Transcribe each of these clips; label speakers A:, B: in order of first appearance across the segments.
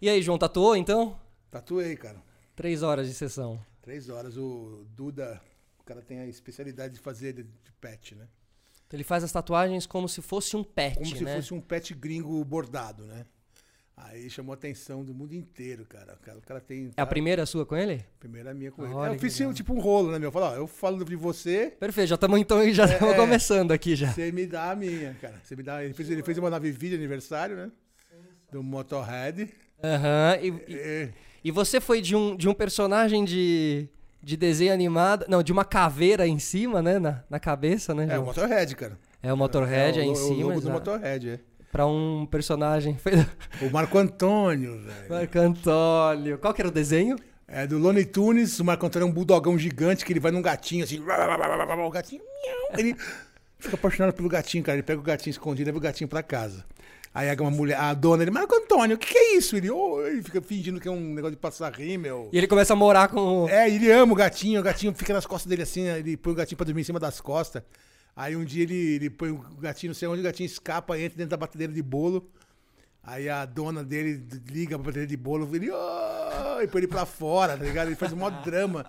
A: E aí, João, tatuou então?
B: Tatuei, cara.
A: Três horas de sessão.
B: Três horas. O Duda, o cara tem a especialidade de fazer de, de pet, né?
A: Então ele faz as tatuagens como se fosse um pet,
B: Como se
A: né?
B: fosse um pet gringo bordado, né? Aí chamou a atenção do mundo inteiro, cara. O cara, o cara tem. tá,
A: É a primeira sua com ele?
B: primeira minha
A: Ah,
B: corrida.
A: olha
B: eu
A: que
B: fiz
A: legal.
B: tipo um rolo, né, meu? Eu falo, ó, eu falo de você,
A: Perfeito, já estamos então, já estamos
B: é.
A: começando aqui já.
B: você me dá a minha, cara. Você me dá. Ele fez, ele fez uma nave vídeo aniversário, né? Do Motorhead.
A: Aham. e, e-
B: É,
A: e você foi de um, de um personagem de, de desenho animado, não, de uma caveira em cima, né, na, na cabeça, né,
B: é o
A: João?
B: Motorhead, cara.
A: É o Motorhead
B: é,
A: aí
B: o,
A: em
B: lo- o
A: cima,
B: logo do
A: exato.
B: Motorhead, é.
A: pra um personagem.
B: O Marco Antônio, velho.
A: Marco Antônio. Qual que era o desenho?
B: É do Looney Tunes, o Marco Antônio é um budogão gigante que ele vai num gatinho assim, o gatinho, miau, ele fica apaixonado pelo gatinho, cara. Ele pega o gatinho escondido, leva o gatinho pra casa. Aí uma mulher, a dona, ele, Marco Antônio, o que, que é isso? Ele, "Oh", ele fica fingindo que é um negócio de passar rímel.
A: E ele começa a morar com o.
B: É, ele ama o gatinho, o gatinho fica nas costas dele assim, ele põe o gatinho pra dormir em cima das costas. Aí um dia ele, ele põe o gatinho, não sei onde o gatinho escapa, entra dentro da batedeira de bolo. Aí a dona dele d- liga pra batedeira de bolo, ele, "Oh!" e põe ele pra fora, tá ligado? Ele faz um maior drama.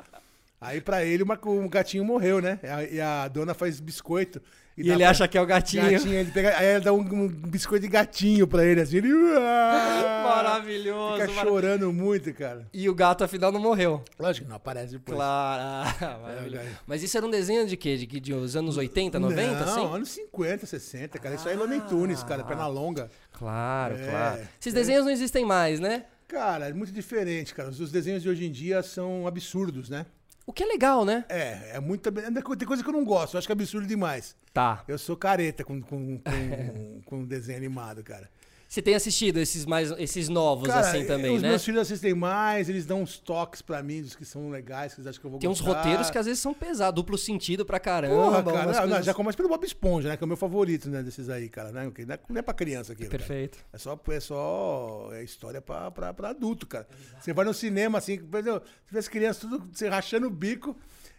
B: Aí pra ele uma- o gatinho morreu, né? E a, e a dona faz biscoito.
A: E
B: dá
A: ele
B: pra-
A: acha que é o gatinho.
B: gatinho, ele pega, aí ela dá um, um biscoito de gatinho pra ele, assim, ele... "Ah!"
A: Maravilhoso.
B: Fica
A: mara-
B: chorando muito, cara.
A: E o gato afinal não morreu.
B: Lógico que não aparece depois.
A: Claro. Maravilhoso.
B: É, é.
A: Mas isso era um desenho de quê? De, que- de os anos 80, 90,
B: Não,
A: assim?
B: anos 50, 60, cara.
A: Ah.
B: Isso aí é Looney Tunes, cara, perna longa.
A: Claro,
B: É.
A: claro. Esses desenhos não existem mais, né?
B: Cara, é muito diferente, cara. Os desenhos de hoje em dia são absurdos, né? O
A: Que é legal, né?
B: É, é muito. Tem coisa que eu não gosto, eu acho que é absurdo demais.
A: Tá.
B: Eu sou careta com, com, com, com desenho animado, cara.
A: Você tem assistido esses mais esses novos
B: Cara,
A: assim também,
B: os
A: né?
B: meus filhos assistem mais, eles dão uns toques pra mim dos que são legais, que eles acham que eu vou
A: Tem uns
B: gostar.
A: roteiros que às vezes são pesados, duplo sentido pra caramba.
B: Ah. Porra,
A: umas
B: cara. Não, não,
A: coisas-
B: já começa pelo Bob Esponja, né? Que é o meu favorito, né? Desses aí, cara. Né? que Não é- não é pra criança aqui.
A: Perfeito.
B: É só, é só é história pra, pra, pra adulto, cara. Você vai no cinema, assim, por exemplo, você vê as crianças tudo se rachando o bico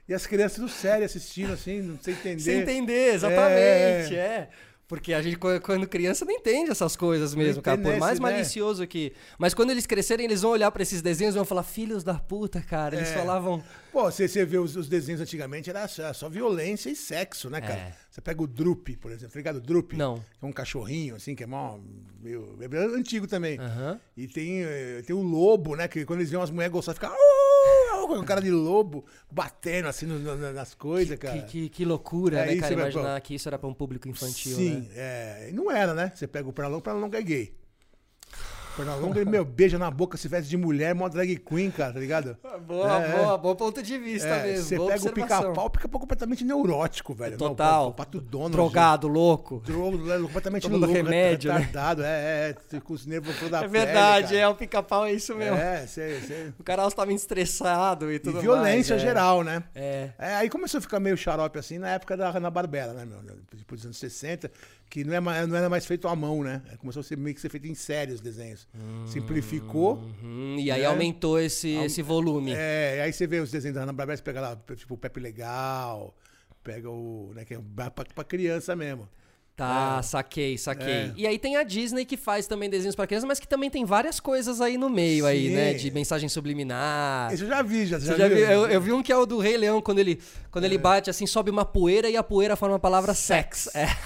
B: e as crianças tudo sérias assistindo, assim, não sei entender. É.
A: Sem entender, exatamente, é. Porque a gente, qu- quando criança, não entende essas coisas mesmo, cara. Por
B: entende
A: mais
B: esse, né?
A: malicioso que. Mas quando eles crescerem, eles vão olhar pra esses desenhos e vão falar, filhos da puta, cara. Eles
B: É.
A: falavam.
B: Pô, você, você vê os, os desenhos antigamente, era só, só violência e sexo, né, cara?
A: É.
B: Você pega o Droop, por exemplo, tá ligado? O Droop?
A: Não.
B: É um cachorrinho, assim, que é mó. Meio, é antigo também.
A: Aham.
B: E tem, eh, tem o lobo, né? Que quando eles veem umas mulheres gostar, fica. "Au, au", com Um cara de lobo batendo assim no- no- nas coisas, cara.
A: Que, que, que loucura,
B: É
A: né,
B: isso,
A: cara?
B: meu
A: Imaginar
B: pau.
A: que isso era pra um público infantil,
B: Sim,
A: né?
B: é. Não era, né? Você pega o Pernalonga, o Pernalonga é gay. O Pernalonga, ele, meu, beija na boca, se veste de mulher, mó drag queen, cara, tá ligado?
A: Ah, né? Boa,
B: É,
A: boa, bom ponto de vista
B: É,
A: mesmo.
B: você
A: boa
B: pega o
A: observação.
B: pica-pau, o pica-pau é completamente neurótico, velho.
A: Total.
B: Não, o Pato Donald.
A: Drogado, louco.
B: Drogo, né, completamente
A: Tomando
B: louco, né,
A: remédio, né?
B: retardado, é, é, com os nervos à flor da
A: É verdade,
B: pele,
A: é, o pica-pau é isso mesmo.
B: É, você, você...
A: O cara estava estressado e
B: E
A: tudo
B: violência
A: mais, é.
B: geral, né?
A: É.
B: É, aí começou a ficar meio xarope assim na época da Hanna Barbera, né, meu? Tipo dos anos 60, que não, é, mais- não era mais feito à mão, né? Começou a ser meio que ser feito em série os desenhos. Simplificou.
A: Hum, e aí
B: né?
A: aumentou esse, esse volume.
B: É, aí você vê os desenhos da Hanna Barbera, você pega lá, tipo, o Pepe Legal, pega o. Né, que é pra, pra criança mesmo.
A: Tá, saquei, saquei.
B: É.
A: E aí tem a Disney que faz também desenhos pra criança, mas que também tem várias coisas aí no meio aí,
B: Sim.
A: né? De mensagem subliminar.
B: Isso eu já vi, já,
A: Ah. Você
B: já,
A: já
B: viu?
A: viu?
B: É.
A: Eu, eu vi um que é o do Rei Leão, quando ele, quando ele bate assim, sobe uma poeira e a poeira forma a palavra sex. É.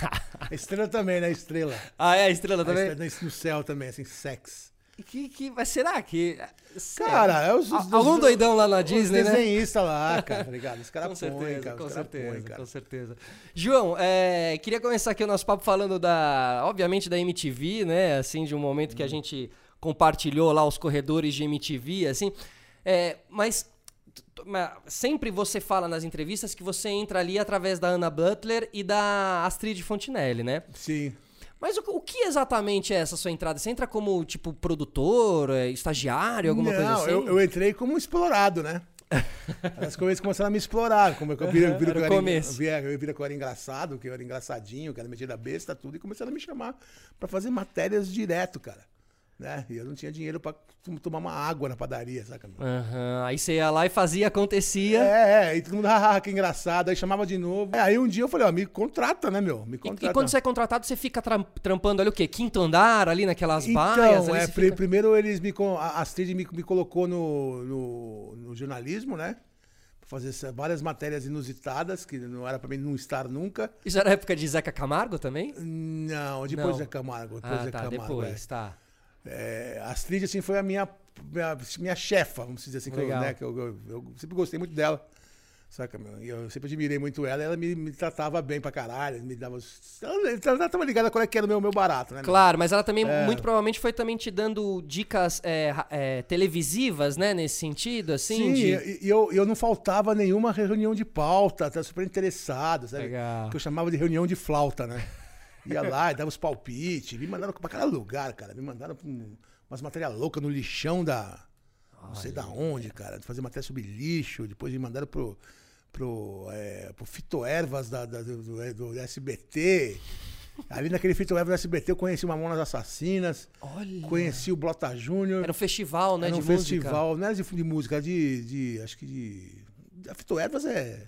B: A estrela também, né? Estrela.
A: Ah, é a estrela
B: A
A: também?
B: estrela no céu também, assim, sex.
A: Que, que, mas será que...
B: Cara, é os,
A: Al-
B: os-
A: algum
B: os-
A: doidão lá na
B: os
A: Disney, né?
B: desenhista lá, cara, tá ligado? Os caras
A: com
B: põem,
A: certeza,
B: cara, os
A: com
B: cara
A: certeza,
B: põem, cara.
A: com certeza. João, é, queria começar aqui o nosso papo falando da, obviamente da MTV, né? Assim, de um momento
B: Uhum.
A: que a gente compartilhou lá os corredores de MTV, assim. É, mas t- t- mas sempre você fala nas entrevistas que você entra ali através da Ana Butler e da Astrid Fontinelli, né?
B: Sim.
A: Mas o, o que exatamente é essa sua entrada? Você entra como tipo produtor, é, estagiário, alguma
B: não,
A: coisa assim?
B: Eu, eu entrei como explorado, né? As coisas começaram a me explorar. Como eu, eu, vira,
A: Era
B: vira, que
A: o
B: eu, era, en-
A: começo.
B: vira- eu vira que eu era engraçado, que eu era engraçadinho, que era metida besta, tudo, e começaram a me chamar pra fazer matérias direto, cara. né? E eu não tinha dinheiro pra tom- tomar uma água na padaria, saca? meu?
A: Aham, Aí você ia lá e fazia, acontecia.
B: É, é, e todo mundo, ah, que engraçado. Aí chamava de novo. É, aí um dia eu falei, ó, me contrata, né, meu? Me
A: E-
B: contrata.
A: E quando você é contratado, você fica tra- trampando ali o quê? Quinto andar, ali naquelas baias?
B: Então,
A: ali
B: é,
A: você
B: pri-
A: fica-
B: primeiro eles me. co- A a Astrid me, me colocou no, no, no jornalismo, né? Pra fazer essa- várias matérias inusitadas, que não era pra mim não estar nunca.
A: Isso era época de Zeca Camargo também?
B: Não, depois
A: Não.
B: é Camargo. Depois
A: Ah,
B: é
A: tá,
B: Camargo.
A: depois, tá.
B: É. É, a Astrid, assim, foi a minha, minha, minha chefa, vamos dizer assim, que, eu,
A: Legal.
B: né, que eu, eu- eu sempre gostei muito dela. Saca, meu? E eu sempre admirei muito ela, ela me, me tratava bem pra caralho, me dava. os- Ela, ela tava ligada qual é que era o meu, meu barato, né? meu?
A: Claro, mas ela também, muito provavelmente, foi também te dando dicas é, ra- é, televisivas, né? Nesse sentido, assim.
B: Sim, é,
A: de-
B: e e eu, eu não faltava nenhuma reunião de pauta, tá super interessado, sabe?
A: Legal.
B: Que eu chamava de reunião de flauta, né? Ia lá e dava os palpites, me mandaram pra cada lugar, cara. Me mandaram pra um- umas matérias loucas no lixão da. Não sei da onde, cara. de Fazer matéria sobre lixo, depois me mandaram pro. Pro, é, pro Fitoervas da, da- do, do- do SBT. Ali naquele Fitoervas do SBT eu conheci o Mamonas Assassinas.
A: Olha.
B: Conheci o Blota Júnior.
A: Era um festival, né?
B: Era um
A: de música.
B: festival, não era de, de música, era de, de- Acho que de. A Fitoervas é.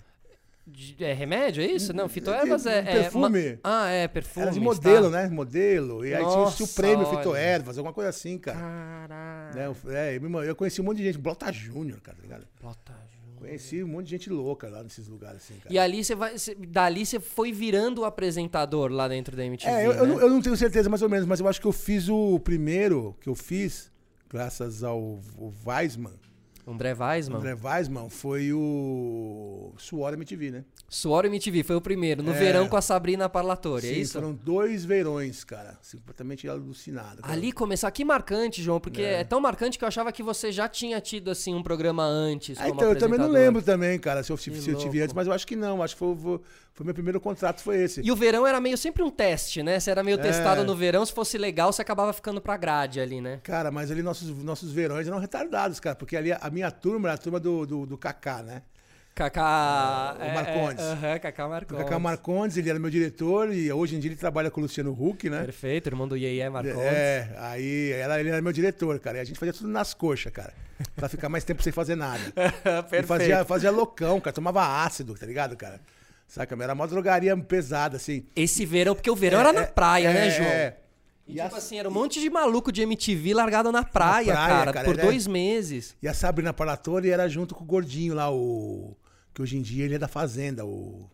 A: De- é remédio, é isso? Não, fitoervas é.
B: de-
A: é
B: um perfume.
A: ma- Ah, é, perfume.
B: Era de modelo, né? Modelo. E aí tinha o
A: Nossa,
B: seu prêmio
A: olha.
B: Fitoervas, alguma coisa assim, cara.
A: Caraca.
B: Né, eu, é, eu me man- eu conheci um monte de gente, Blota Júnior, cara, tá ligado?
A: Bota junto.
B: Conheci um monte de gente louca lá nesses lugares, assim, cara.
A: E ali você vai. você- dali você foi virando o apresentador lá dentro da MTV.
B: É, eu, eu
A: né?
B: não, eu não tenho certeza, mais ou menos, mas eu acho que eu fiz o primeiro que eu fiz, graças ao, ao Weisman,
A: André Weisman.
B: André Weisman, foi o Suor MTV, né?
A: Suor MTV foi o primeiro, no
B: É.
A: verão com a Sabrina Parlatori, é
B: Sim,
A: isso?
B: foram dois verões, cara. Assim, completamente alucinado. cara.
A: Ali começar, que marcante, João, porque é. tão marcante que eu achava que você já tinha tido assim um programa antes.
B: Ah,
A: como
B: então, eu também não
A: apresentador.
B: lembro também, cara, se eu, se
A: Que
B: eu tive
A: louco.
B: antes, mas eu acho que não. Acho que foi, foi, foi meu primeiro contrato, foi esse.
A: E o verão era meio sempre um teste, né? Você era meio
B: É.
A: testado no verão, se fosse legal, você acabava ficando pra grade ali, né?
B: Cara, mas ali nossos, nossos verões eram retardados, cara, porque ali a, a minha turma era a turma do, do, do Kaká, né?
A: Kaká.
B: o Marcondes.
A: é, Aham, Kaká
B: O
A: Marcondes.
B: Kaká Marcondes, ele era meu diretor e hoje em dia ele trabalha com o Luciano Huck, né?
A: Perfeito, irmão do Yeye Marcondes.
B: É, aí ela, ele era meu diretor, cara. E a gente fazia tudo nas coxas, cara. Pra ficar mais tempo sem fazer nada. E
A: Perfeito.
B: fazia, fazia loucão, cara. Tomava ácido, tá ligado, cara? Saca? Era uma drogaria pesada, assim.
A: Esse verão, porque o verão era na praia, né,
B: É,
A: João?
B: é.
A: E,
B: E
A: tipo
B: a-
A: assim, era um monte de maluco de MTV largado na praia,
B: praia,
A: cara,
B: cara, é.
A: por
B: era-
A: dois meses.
B: E a Sabrina Palatori era junto com o gordinho lá, o. Que hoje em dia ele é da Fazenda, o.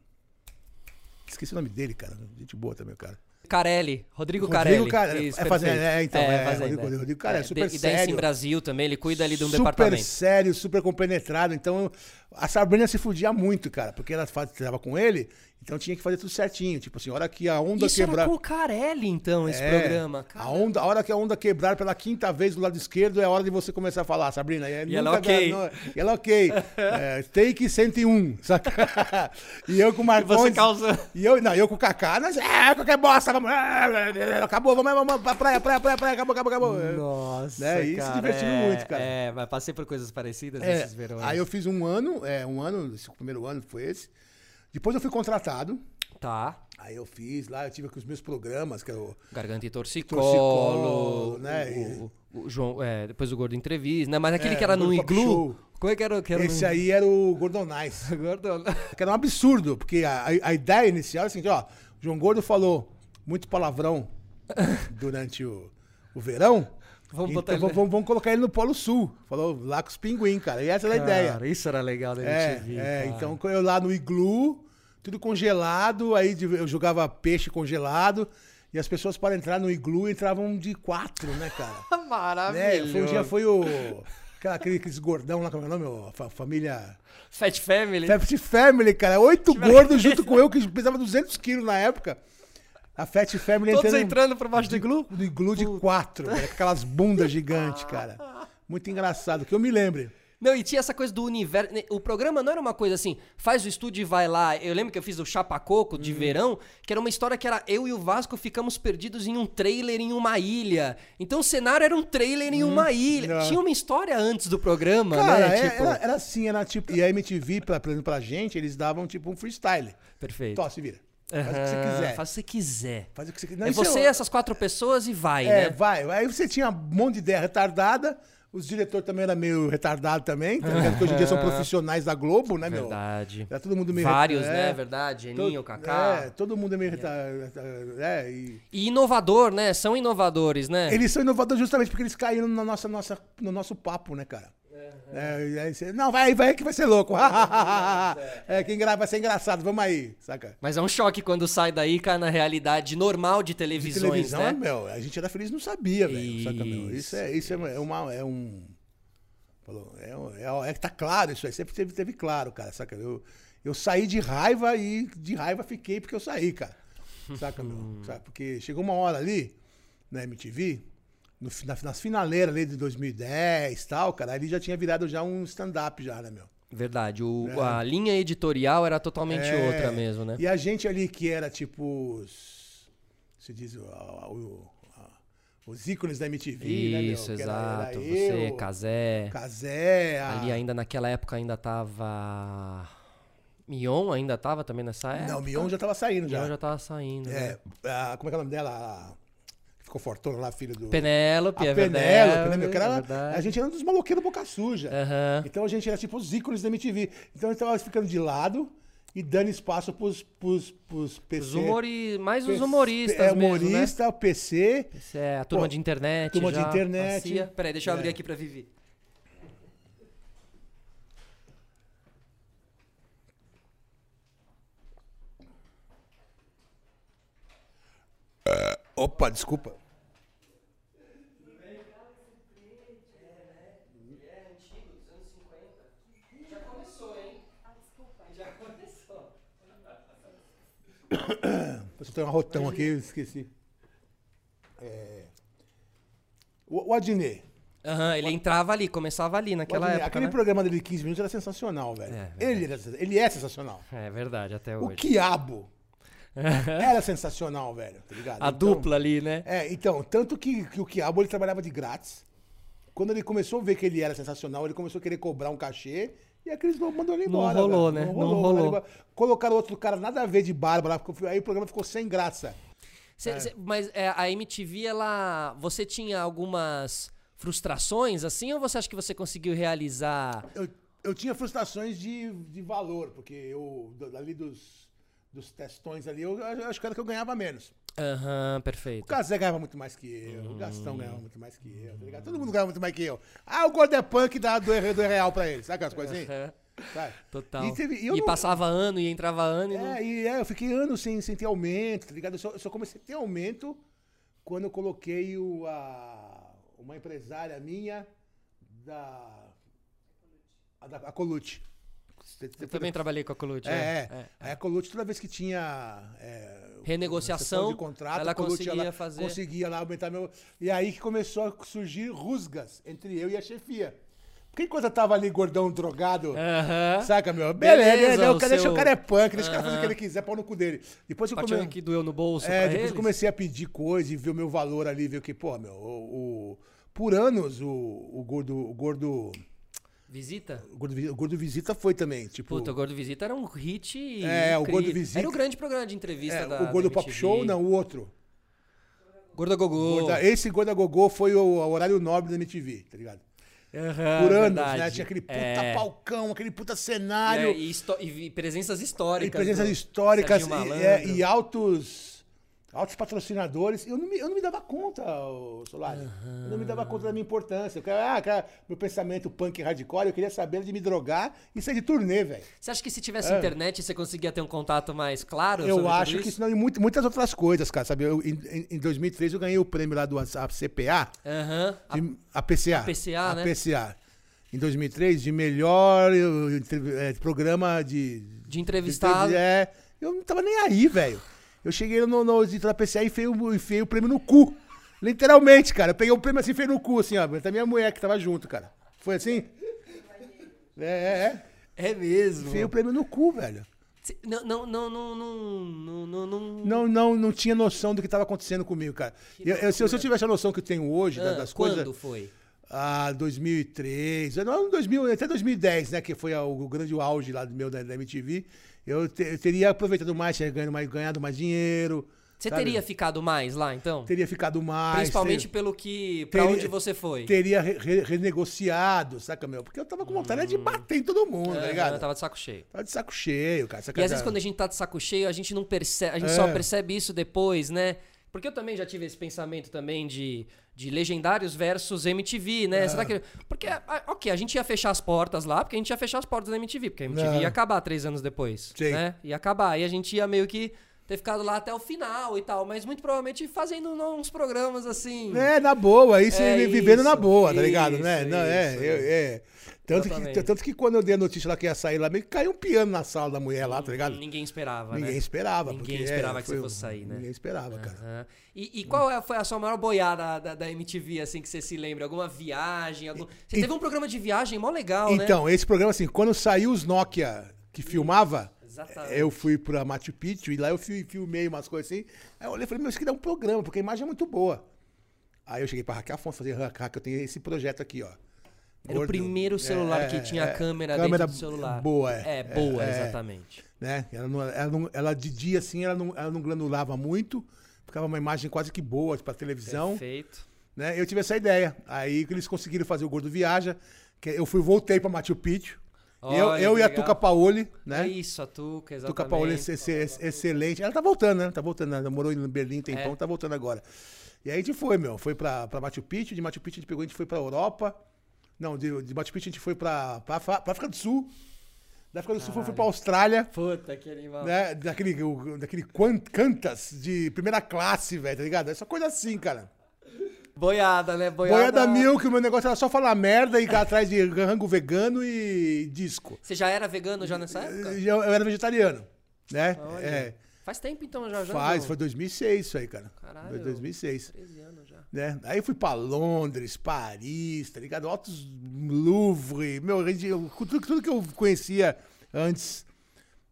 B: Esqueci o nome dele, cara. Gente boa também, o cara.
A: Carelli, Rodrigo,
B: Rodrigo
A: Carelli.
B: Carelli. É
A: perfeito.
B: Fazenda, é, então, é, Rodrigo-
A: é.
B: Rodrigo Carelli,
A: de-
B: super
A: e Dance
B: sério.
A: em Brasil também, ele cuida ali de um
B: super
A: departamento.
B: sério, super compenetrado. Então, a Sabrina se fudia muito, cara, porque ela fa- tava com ele, então tinha que fazer tudo certinho. Tipo assim, a hora que a onda
A: Isso
B: quebrar.
A: era com o Carelli, então, esse
B: É,
A: programa.
B: a,
A: Cara.
B: onda, a hora que a onda quebrar pela quinta vez do lado esquerdo é a hora de você começar a falar, Sabrina. E, é
A: E ela, é ok.
B: ganhou- e ela, ok. É, take 101, saca? E eu com o Marcos.
A: você causa-
B: E eu, não, eu com o Kaká, nós, é, qualquer bosta, vamos. é, Acabou, vamos, vamos pra praia, praia, praia, praia, acabou, acabou, acabou.
A: Nossa,
B: Né, e se divertindo
A: é,
B: muito, cara.
A: É, mas passei por coisas parecidas
B: É,
A: nesses verões.
B: aí eu fiz um ano, é, um ano, esse primeiro ano foi esse. Depois eu fui contratado.
A: Tá.
B: Aí eu fiz lá, eu tive com os meus programas, que é eu.
A: Garganta e torcicolo,
B: Torcicolo, né, É,
A: o, o- o João, é, depois o Gordo Entrevista, né? Mas aquele que era
B: o
A: no
B: Gordo Pop
A: iglu,
B: Show.
A: como é que era, o que era
B: Esse
A: no...
B: aí era o Gordon Nice.
A: Gordo...
B: Que era um absurdo, porque a, a ideia inicial é assim, ó, o João Gordo falou muito palavrão durante o, o verão.
A: Vamos
B: então
A: botar ele-
B: vamos, vamos- vamos colocar ele no Polo Sul. Falou lá com os pinguim, cara. E essa era a ideia.
A: Cara, isso era legal da
B: É,
A: MTV,
B: é,
A: cara.
B: então eu lá no iglu, tudo congelado, aí de- eu jogava peixe congelado, e as pessoas para entrar no iglu entravam de quatro, né, cara? né?
A: Maravilhoso.
B: Foi, um dia foi o... Aquela, aquele- aqueles gordão lá, como é o nome? Ó, fa- Família...
A: Fat Family.
B: Fat Family, cara. Oito gordos junto com eu, que pesava 200 quilos na época. A Fat Family
A: Todos entrando por baixo do iglu?
B: no iglu de quatro, cara, com aquelas bundas gigantes, cara. Muito engraçado, que eu me lembre.
A: Não, e tinha essa coisa do universo. né? O programa não era uma coisa assim, faz o estúdio e vai lá. Eu lembro que eu fiz o Chapa Coco de
B: Uhum.
A: verão, que era uma história que era eu e o Vasco ficamos perdidos em um trailer em uma ilha. Então o cenário era um trailer em uma ilha.
B: É.
A: Tinha uma história antes do programa,
B: Cara,
A: né?
B: é-
A: tipo...
B: era, era assim, era tipo. E a MTV, pra, pra, pra gente, eles davam tipo um freestyle.
A: Perfeito.
B: Tó, se vira. Faz o que você
A: Aham,
B: quiser.
A: Faz o que você quiser.
B: Faz o que você quiser.
A: é você, essas quatro pessoas e vai,
B: É,
A: né?
B: vai. Aí você tinha um monte de ideia retardada. Os diretores também eram meio retardados também. Tá ligado? que hoje em dia são profissionais da Globo, né, meu?
A: Verdade.
B: Era todo mundo meio
A: Vários,
B: reta-
A: né?
B: é,
A: Verdade.
B: to-
A: Geninho, Kaká.
B: É, todo mundo é meio retardado. É, e...
A: E inovador, né? São inovadores, né?
B: Eles são inovadores justamente porque eles caíram na nossa, nossa, no nosso papo, né, cara? É, e aí você, não, vai aí, vai aí que vai ser louco. é, quem grava vai ser engraçado, vamos aí, saca?
A: Mas é um choque quando sai daí e cai na realidade normal de
B: De
A: televisões,
B: televisão, é
A: né?
B: meu, a gente era feliz e não sabia, velho. Saca, meu? Isso
A: Isso,
B: é, isso é, é uma. É um. Falou, é, um- é, um- é que tá claro isso aí. Sempre teve, teve claro, cara, saca? Eu, eu saí de raiva e de raiva fiquei porque eu saí, cara. Saca, meu? Sabe? Porque chegou uma hora ali, na MTV, no, fi- na, nas finaleiras ali de 2010 e tal, cara, ali já tinha virado já um stand-up já, né, meu?
A: Verdade. o- A linha editorial era totalmente
B: É,
A: outra mesmo, né?
B: E a gente ali que era tipo. Os, se diz o- a- o- a- os ícones da MTV, né, meu?
A: Isso,
B: Que era- era
A: exato.
B: eu,
A: Você, Casé.
B: Cazé, a-
A: Ali ainda naquela época ainda tava. Mion ainda tava também nessa época?
B: Não, Mion já tava saindo já.
A: é, tá. Mion já tava saindo. né?
B: É, a- como é que é o nome dela? A- que Ficou fortuna lá, filha do.
A: Penélope,
B: A
A: é
B: Penélope,
A: verdade.
B: né, meu? Que
A: é
B: era-
A: verdade.
B: a gente era um dos maloqueiros boca suja.
A: Aham.
B: Então a gente era tipo os ícones da MTV. Então a gente tava ficando de lado e dando espaço pros, pros, pros PC.
A: Os humori... Mais os
B: PC,
A: humoristas
B: É,
A: mesmo, né?
B: humorista, o PC.
A: Isso é a turma
B: Pô,
A: de internet.
B: turma de
A: já,
B: internet.
A: passia. Peraí, deixa eu
B: É.
A: abrir aqui pra Vivi.
B: Opa, desculpa. Eu soltei um arrotão aqui, eu esqueci. É, O, o Adnet.
A: Aham, ele entrava ali, começava ali
B: O
A: naquela
B: Adnet.
A: época.
B: Aquele
A: Né?
B: programa dele de 15 minutos era sensacional, velho.
A: É,
B: ele, era sensa- ele é sensacional.
A: É verdade, até
B: O
A: hoje.
B: Quiabo era sensacional, velho. Tá ligado?
A: A
B: Então-
A: dupla ali, né?
B: É, então, tanto que, que o Quiabo ele trabalhava de grátis. Quando ele começou a ver que ele era sensacional, ele começou a querer cobrar um cachê e a Cris Globo mandou ele
A: Não
B: embora.
A: rolou,
B: velho.
A: né? Não rolou.
B: mandaram embora. Colocaram outro cara nada a ver de barba lá, ficou- aí o programa ficou sem graça.
A: Cê- cê- mas é, a MTV, ela. Você tinha algumas frustrações assim, ou você acha que você conseguiu realizar?
B: Eu, eu tinha frustrações de, de valor, porque eu, do- ali dos, dos testões ali, eu, eu acho que era que eu ganhava menos.
A: Aham,
B: O
A: perfeito.
B: Casé ganhava muito mais que eu, o Gastão
A: Hum.
B: ganhava muito mais que eu, tá ligado? Todo mundo ganhava muito mais que eu. Ah, o Gordo é punk dá dois, dois real pra ele, sabe aquelas coisinhas?
A: Aham,
B: Sabe?
A: Total.
B: E
A: E,
B: teve- e eu não-
A: passava ano e entrava ano e não.
B: É, e é, eu fiquei anos sem, sem ter aumento, tá ligado? Eu só, eu só comecei a ter aumento quando eu coloquei o, a, uma empresária minha da. A, da, a Colute.
A: Eu também trabalhei com a Colute.
B: É, é.
A: é.
B: Aí a Colute, toda vez que tinha. é,
A: Renegociação,
B: de contrato,
A: ela
B: a Colucci
A: conseguia
B: ia lá-
A: fazer.
B: Conseguia lá aumentar meu. E aí que começou a surgir rusgas entre eu e a chefia. Porque enquanto eu tava ali gordão, drogado.
A: É. Aham.
B: Saca, meu? Beleza,
A: Beleza,
B: né?
A: o
B: o cara, deixa
A: seu-
B: o cara é punk, deixa o cara
A: Aham. Tá
B: fazer o que ele quiser, pau no cu dele. Depois que eu
A: Partindo
B: comecei.
A: que doeu no bolso
B: É,
A: pra
B: depois
A: eles.
B: eu comecei a pedir coisa e ver o meu valor ali, ver que, pô, meu, o, o- por anos o, o gordo. O gordo.
A: Visita?
B: O gordo, Vi- o Gordo visita foi também. Tipo,
A: Puta, o Gordo Visita era um hit.
B: É, o
A: incrível.
B: Gordo Visita-
A: Era um grande programa de entrevista
B: é,
A: da.
B: o gordo
A: da
B: pop
A: MTV.
B: show, não, o outro.
A: Gorda Gogô.
B: Gorda- esse gorda gogô foi o, o horário nobre da MTV, tá ligado?
A: Aham,
B: Por anos,
A: Ah, verdade.
B: né? Tinha aquele puta
A: É.
B: palcão, aquele
A: E,
B: puta
A: é,
B: cenário.
A: e histó- e vi- presenças históricas.
B: E presenças
A: do
B: históricas
A: Serginho
B: e,
A: Malandro.
B: é, e altos, altos patrocinadores. Eu não me, eu não me dava conta, ô, Solari. Eu não me dava conta da minha importância. Eu quero- ah, cara, meu pensamento punk e hardcore, eu queria saber de me drogar e sair de turnê, velho.
A: Você acha que se tivesse internet você conseguia ter um contato mais claro? sobre
B: É. Eu
A: tudo
B: acho
A: isso?
B: que isso não, e muito- muitas outras coisas, cara, sabe? Eu, em, em- em 2003 eu ganhei o prêmio lá do A- a CPA,
A: Aham. A-
B: de- a, PCA.
A: PCA,
B: a
A: né?
B: PCA. Em 2003, de melhor eu, entrev- eh, programa de,
A: De entrevistado.
B: É, eu não tava nem aí, velho. Eu cheguei no, no editor da PCA e enfiei, o- enfiei o prêmio no cu. Literalmente, cara. Eu peguei o prêmio assim e enfiei no cu, assim, ó. Da minha mulher que tava junto, cara. Foi assim? É, é, é.
A: É mesmo.
B: Enfiei o prêmio no cu, velho.
A: Cê- Não, não, não, não, não, não, não-
B: Não, não, não tinha noção do que tava acontecendo comigo, cara. Eu- eu- se, eu- se eu tivesse a noção que eu tenho hoje da-
A: Ah,
B: das
A: quando
B: coisas. ah,
A: foi?
B: a 2003, não, ano 2000, até 2010, né, que foi a- o grande auge lá do meu da, da MTV, eu, te- eu teria aproveitado mais, teria ganhado mais, ganhado mais dinheiro.
A: Você
B: sabe?
A: teria ficado mais lá, então?
B: teria ficado mais,
A: Principalmente
B: ter-
A: pelo que. Pra
B: teria-
A: onde você foi.
B: teria re- re- renegociado, saca meu? Porque eu tava com vontade de bater em todo mundo, tá
A: Hum. Aham,
B: ligado?
A: eu tava de saco cheio.
B: Tava de saco cheio, cara. Saca,
A: E às vezes quando a gente tá de saco cheio, a gente não percebe, a gente
B: É.
A: só percebe isso depois, né? Porque eu também já tive esse pensamento também de, de legendários versus MTV, né?
B: É.
A: Será que. Porque, ah, ok, a gente ia fechar as portas lá, porque a gente ia fechar as portas da MTV, porque a MTV
B: É.
A: ia acabar três anos depois.
B: Sim.
A: né? Ia acabar. E a gente ia meio que ter ficado lá até o final e tal, mas muito provavelmente fazendo uns programas assim.
B: É, na boa, isso
A: É
B: vi- vivendo na
A: isso,
B: boa, tá ligado?
A: isso,
B: né? Não, é,
A: isso,
B: eu-
A: isso.
B: é. Tanto que,
A: Exatamente.
B: tanto que quando eu dei a notícia lá que ia sair lá, meio que caiu um piano na sala da mulher lá, tá ligado?
A: Ninguém esperava,
B: Ninguém
A: né?
B: esperava.
A: Ninguém
B: porque, é,
A: esperava que
B: foi
A: você
B: um-
A: fosse sair, né?
B: Ninguém esperava, cara.
A: Aham. E, e qual é- foi a sua maior boiada da, da MTV, assim, que você se lembra? Alguma viagem? algum- Você
B: e-
A: teve um programa de viagem mó legal, né?
B: Então, esse programa, assim, quando saiu os Nokia que filmava,
A: Exatamente.
B: eu fui pra Machu Picchu e lá eu fui, filmei umas coisas assim. Aí eu olhei e falei, meu, isso aqui dá um programa, porque a imagem é muito boa. Aí eu cheguei pra Raquel Afonso, falei, Raquel, Raquel, eu tenho esse projeto aqui, ó.
A: Era o
B: Gordo.
A: primeiro celular
B: É,
A: que tinha
B: é,
A: a câmera,
B: câmera
A: dentro do celular.
B: boa, é.
A: É, boa,
B: É, é.
A: exatamente.
B: né? Ela, não, ela, não- ela de dia, assim, ela não, ela não granulava muito, ficava uma imagem quase que boa pra televisão,
A: Perfeito.
B: né? Eu tive essa ideia. Aí que eles conseguiram fazer o Gordo Viaja, que eu fui, voltei pra Machu Picchu. eu
A: Olha,
B: eu e a
A: que
B: Tuca
A: legal.
B: Paoli,
A: É
B: né?
A: isso, a Tuca, exatamente.
B: Tuca Paoli, é ex- ex- ex- excelente. Ela tá voltando, né? Tá voltando, né? ela morou em Berlim tem tempão,
A: É.
B: tá voltando agora. E aí a gente foi, meu, foi pra, pra Machu Picchu, de Machu Picchu a gente pegou, a gente foi pra Europa. Não, de, de Machu Picchu a gente foi pra, pra, Afra- pra África do Sul. Da África do Sul foi, foi pra Austrália
A: Puta, que animal.
B: né? Daquele, o- daquele quan- cantas de primeira classe, velho, tá ligado? É só coisa assim, cara.
A: Boiada, né? Boiada...
B: Boiada mil, que o meu negócio era só falar merda e ir atrás de rango vegano e disco.
A: Você já era vegano já nessa época?
B: Eu, eu era vegetariano, né?
A: Olha.
B: É,
A: Faz tempo então, já. já
B: faz,
A: não.
B: foi 2006 isso aí, cara.
A: Caralho.
B: Foi 2006,
A: 13 anos já.
B: né? Aí fui pra Londres, Paris, tá ligado? Altos Louvre, meu, a gente- eu- tudo, tudo que eu conhecia antes,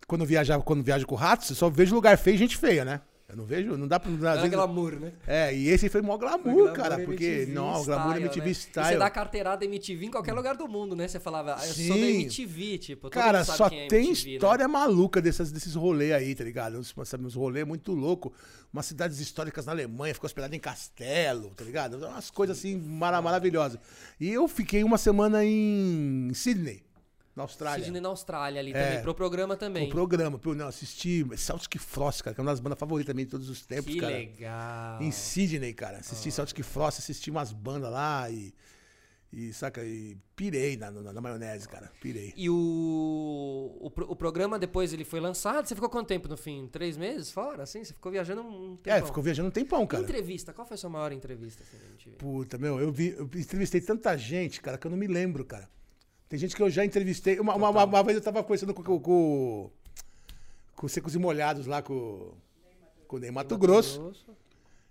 B: quando eu viajava, quando eu viajo com ratos, eu só vejo lugar feio e gente feia, né? Eu não vejo, não dá pra... às
A: Era
B: vezes-
A: glamour, né?
B: É, e esse foi o maior glamour,
A: Glamour
B: cara,
A: MTV
B: porque, não, o glamour
A: style,
B: MTV
A: né? E
B: Style.
A: você dá carteirada MTV em qualquer lugar do mundo, né? Você falava, ah, eu sou da
B: Sim.
A: MTV, tipo, todo
B: Cara,
A: mundo sabe
B: só
A: quem é
B: tem
A: MTV, né?
B: história maluca dessas, desses rolês aí, tá ligado? Uns, sabe, uns rolês muito louco. Umas cidades históricas na Alemanha, ficou hospedado em castelo, tá ligado? Umas coisas assim mara- maravilhosas. E eu fiquei uma semana em Sydney, na Austrália.
A: Sidney na Austrália ali
B: É.
A: também, pro programa também.
B: Um programa, pô, não, assisti Celtic Frost, cara, que é uma das bandas favoritas também de todos os tempos,
A: que
B: cara.
A: legal. Ah.
B: Em Sydney, cara. Assisti Celtic Frost, assisti umas bandas lá e. E saca, e pirei na, na- na maionese, cara. Pirei.
A: E o, o, pro- o programa depois ele foi lançado, você ficou quanto tempo no fim? Três meses fora, assim? Você ficou viajando um tempo.
B: É, ficou viajando um tempão, cara.
A: Entrevista, qual foi a sua maior entrevista assim, na MTV?
B: Puta, meu, eu, vi, eu entrevistei tanta gente, cara, que eu não me lembro, cara. Tem gente que eu já entrevistei. Uma, uma, uma- uma vez eu tava conversando com, com, com, com os Secos e Molhados lá, com, com o Ney Mato Grosso.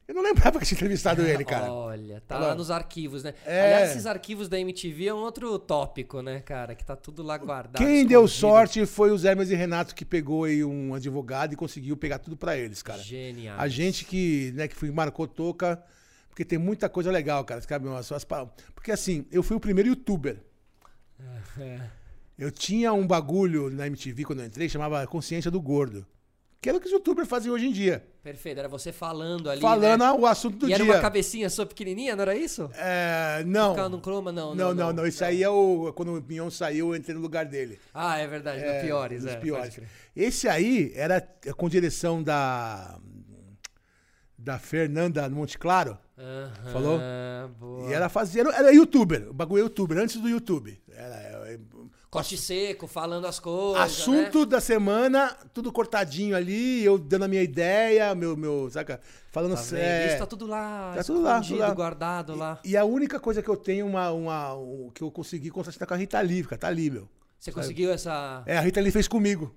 B: Eu não lembrava que tinha entrevistado ele, cara.
A: Olha, tá
B: Olha lá.
A: lá nos arquivos, né?
B: É.
A: Aliás, esses arquivos da MTV é um outro tópico, né, cara? Que tá tudo lá guardado.
B: Quem deu
A: escondido.
B: sorte foi o Zé Hermes e Renato, que pegou aí um advogado e conseguiu pegar tudo pra eles, cara.
A: Genial.
B: A gente que, né, que foi, marcou toca, porque tem muita coisa legal, cara. Sabe? Umas- umas pa- Porque assim, eu fui o primeiro youtuber.
A: É.
B: Eu tinha um bagulho na MTV quando eu entrei, chamava Consciência do Gordo. Que era o que os youtubers fazem hoje em dia.
A: Perfeito, era você falando ali.
B: falando
A: né?
B: ah, o assunto
A: E
B: do dia.
A: era uma cabecinha sua pequenininha, não era isso?
B: É, não.
A: Ficava no croma? Não,
B: Não, não, não. Isso aí é o. Quando o Pinhão saiu, eu entrei no lugar dele.
A: Ah, é verdade, dos piores.
B: dos
A: é, pode
B: piores.
A: crer.
B: Esse aí era com direção da. Da Fernanda Monte Claro.
A: Aham,
B: Falou?
A: boa.
B: E ela fazia. Era, era youtuber. O bagulho é youtuber, antes do YouTube. Era, é,
A: Corte seco, falando as coisas.
B: assunto
A: né?
B: da semana, tudo cortadinho ali, eu dando a minha ideia, meu. meu saca? Falando
A: Tá vendo?
B: é,
A: Isso tá tudo lá.
B: tá tudo lá,
A: escondido,
B: tudo lá.
A: guardado lá.
B: E a única coisa que eu tenho, uma, uma, um- que eu consegui consertar com a Rita Lee, cara, tá ali, meu.
A: Você conseguiu essa.
B: É, a Rita Lee fez comigo.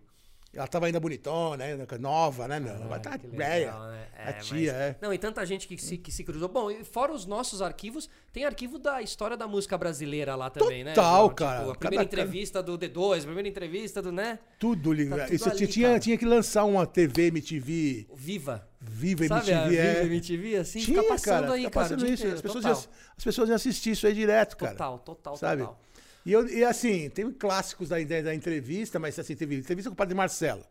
B: Ela tava ainda bonitona, né? nova, né, meu? Agora tá
A: Ah, que
B: velha.
A: legal, né?
B: a
A: mas-
B: tia, é.
A: Não, e tanta gente que se, que se cruzou. Bom, e fora os nossos arquivos, tem arquivo da história da música brasileira lá também, né?
B: Total,
A: João?
B: cara.
A: a primeira
B: Cada-
A: entrevista do D2, a primeira entrevista do, né?
B: Tudo lindo.
A: Tá tudo
B: Isso
A: ali,
B: tinha,
A: cara.
B: tinha que lançar uma TV MTV
A: Viva.
B: Viva
A: Sabe a
B: MTV. é.
A: Viva MTV, assim?
B: tinha,
A: fica passando
B: cara,
A: aí, cara.
B: fica
A: o
B: passando
A: dia
B: isso.
A: inteiro,
B: as, pessoas
A: total.
B: iam, as pessoas iam assistir isso aí direto, cara.
A: Total, total,
B: sabe?
A: total.
B: E, eu, e assim, teve clássicos da, da, da entrevista, mas assim, teve entrevista com o padre Marcelo.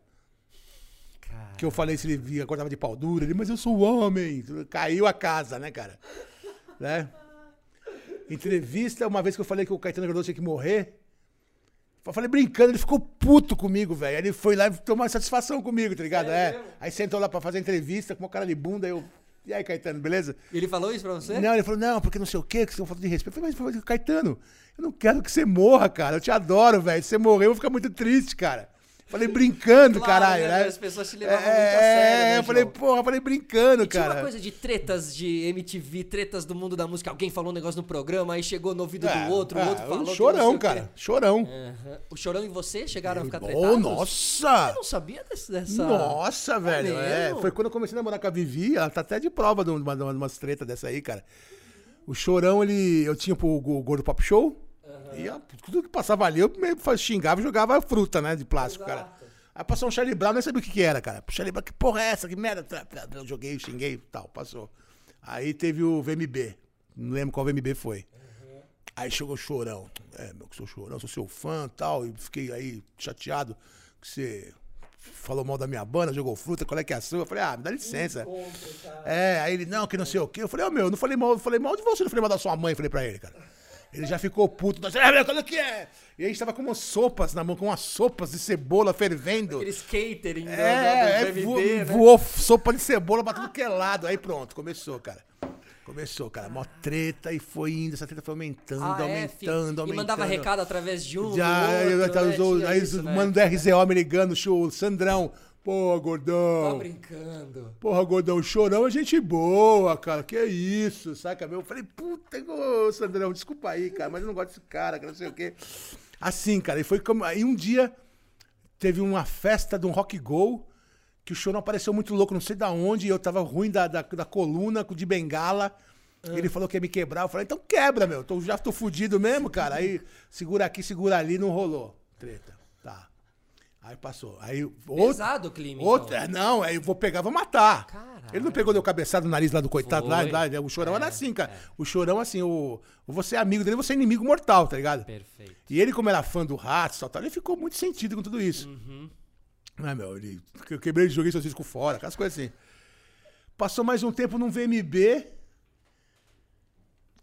A: Cara,
B: Que eu falei se ele via, acordava de pau dura, ele, mas eu sou homem. Caiu a casa, né, cara? né? Entrevista, uma vez que eu falei que o Caetano Veloso tinha que morrer. Eu falei brincando, ele ficou puto comigo, velho. Aí Ele foi lá e tomou uma satisfação comigo, tá ligado? É. Aí sentou lá pra fazer entrevista com uma cara de bunda, eu. E aí, Caetano, beleza?
A: Ele falou isso pra você?
B: Não, ele falou, não, porque não sei o quê, que você é uma falta de respeito. Eu falei, mas Caetano, eu não quero que você morra, cara. Eu te adoro, velho. Se você morrer, eu vou ficar muito triste, cara. Eu Falei brincando,
A: Claro,
B: caralho,
A: né?
B: né?
A: As pessoas te levavam
B: É,
A: muito a sério, né,
B: eu falei,
A: João?
B: porra, eu falei brincando,
A: E tinha
B: cara.
A: uma coisa de tretas de MTV, tretas do mundo da música. Alguém falou um negócio no programa, aí chegou no ouvido
B: É,
A: do outro,
B: é,
A: o outro falou. que não sei
B: Chorão,
A: o quê.
B: cara. Chorão.
A: Aham. O Chorão e você chegaram a ficar tretados?
B: oh, nossa!
A: Eu não sabia desse- dessa...
B: Nossa, velho. É,
A: mesmo?
B: foi quando eu comecei a namorar com a Vivi, ela tá até de prova de uma, de uma- de umas treta dessa aí, cara. O chorão, ele. Eu tinha pro o Gordo Pop Show. E ó, tudo que passava ali, eu meio fa- xingava e jogava fruta, né? De plástico, cara. Aí passou um Charlie Brown, nem sabia o que, que era, cara. Charlie Brown, que porra é essa? Que merda? Tra- tra- tra- Eu joguei, xinguei e tal, passou. Aí teve o VMB. Não lembro qual VMB foi. Aí chegou o chorão. É, meu, que sou chorão, sou seu fã e tal. E fiquei aí chateado que você falou mal da minha banda, jogou fruta, qual é que é a sua? Eu falei, ah, me dá licença. É, aí ele, não, que não sei o quê. Eu falei, ô meu, eu não falei mal, eu falei mal de você, não falei mal da sua mãe, eu falei pra ele, cara. Ele já ficou puto, nós, "Ah, meu, qual é que é? E a gente tava com umas sopas na mão, com umas sopas de cebola fervendo.
A: Aquele catering do-
B: É,
A: do,
B: é
A: do
B: voou,
A: BBB, né?
B: voou sopa de cebola pra tudo que é lado. Aí pronto, começou, cara. Começou, cara. Mó treta e foi indo. Essa treta foi aumentando,
A: Ah, é, filho.
B: aumentando, aumentando.
A: E mandava recado através de um,
B: Já,
A: do outro,
B: eu tava-
A: né?
B: os-
A: Tinha
B: aí
A: isso,
B: o
A: né?
B: mano do RZO me ligando, show, o Sandrão. Pô,
A: Tá
B: gordão.
A: brincando.
B: Porra, gordão, chorão é gente boa, cara. Que é isso, saca? Meu? Eu falei, puta, ô, Sandrão, desculpa aí, cara, mas eu não gosto desse cara, que não sei o quê. Assim, cara, e foi como. Aí um dia teve uma festa de um rock go que o chorão apareceu muito louco, não sei da onde, e eu tava ruim da, da, da coluna, de bengala. Ele falou que ia me quebrar. Eu falei, então quebra, meu. Tô, já tô fudido mesmo, cara. Aí segura aqui, segura ali, não rolou. Treta. Tá. Aí passou. Aí outro.
A: Pesado o clima, então.
B: Outra, é, não, aí eu vou pegar, vou matar.
A: Caralho.
B: Ele não pegou deu cabeçada no nariz lá do coitado, lá,
A: Foi. É,
B: lá, o chorão era assim, cara. O chorão, assim, o, você é amigo dele, você é inimigo mortal, tá ligado?
A: Perfeito.
B: E ele, como era fã do rato, e tal, ele ficou muito sentido com tudo isso.
A: Uhum.
B: Ah, meu, ele, eu quebrei, joguei seu disco fora, aquelas coisas assim. Passou mais um tempo num VMB.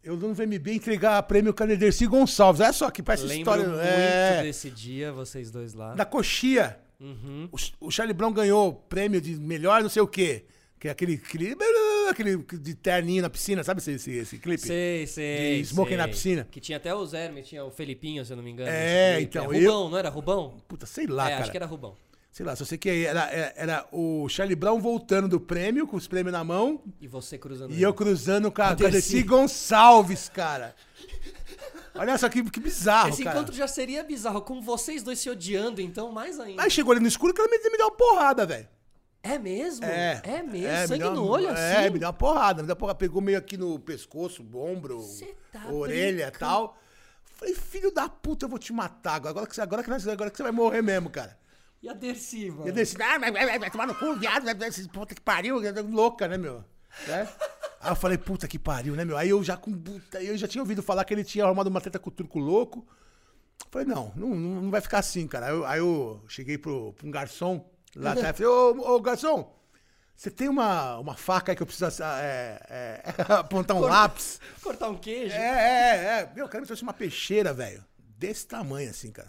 B: Eu no VMB entregar prêmio Canederci Gonçalves. Olha só que parece
A: Lembro
B: história.
A: muito
B: é,
A: desse dia, vocês dois lá.
B: da coxia.
A: Uhum.
B: O, Ch- o Charlie Brown ganhou o prêmio de melhor não sei o quê. Que é aquele, aquele, aquele de terninho na piscina, sabe esse, esse, esse clipe?
A: Sei, sei.
B: De smoking
A: sei.
B: na piscina.
A: Que tinha até o Zerme, tinha o Felipinho, se eu não me engano.
B: É,
A: nesse clipe.
B: então,
A: É, Rubão, não era Rubão?
B: Puta, sei lá,
A: é,
B: cara.
A: acho que era Rubão.
B: Sei lá, só sei que era, era, era o Charlie Brown voltando do prêmio, com os prêmios na mão,
A: E você cruzando.
B: e
A: ele.
B: eu cruzando com a
A: Cadê
B: Cadeci
A: esse-
B: Gonçalves, cara. Olha só que, que bizarro,
A: Esse
B: cara.
A: encontro já seria bizarro, com vocês dois se odiando, então, mais ainda.
B: Aí chegou ali no escuro que ela me, me deu uma porrada, velho.
A: É mesmo? mesmo?
B: É, me
A: Sangue
B: deu uma-
A: no olho, assim?
B: É, me deu uma porrada, me deu uma porrada. Pegou meio aqui no pescoço, ombro,
A: Cê tá
B: orelha e tal. Falei, filho da puta, eu vou te matar. Agora, Agora que, você- agora, que, nós- agora que você vai morrer mesmo, cara.
A: E a Dercy, mano?
B: E eu disse, ah, mas vai, vai, vai tomar no cu, viado, vai, vai, esse puta que pariu, louca, né, meu? Né? Aí eu falei, puta que pariu, né, meu? Aí eu já com. puta, Eu já tinha ouvido falar que ele tinha arrumado uma treta com o turco louco. Eu Falei, não, não, não não vai ficar assim, cara. Aí eu, aí eu cheguei pro, pra um garçom lá atrás e falei, ô, ô, garçom, você tem uma, uma faca aí que eu preciso ah, é, é, apontar um lápis?
A: Cortar um queijo?
B: É, é, é. Meu, o cara me trouxe uma peixeira, velho. Desse tamanho, assim, cara.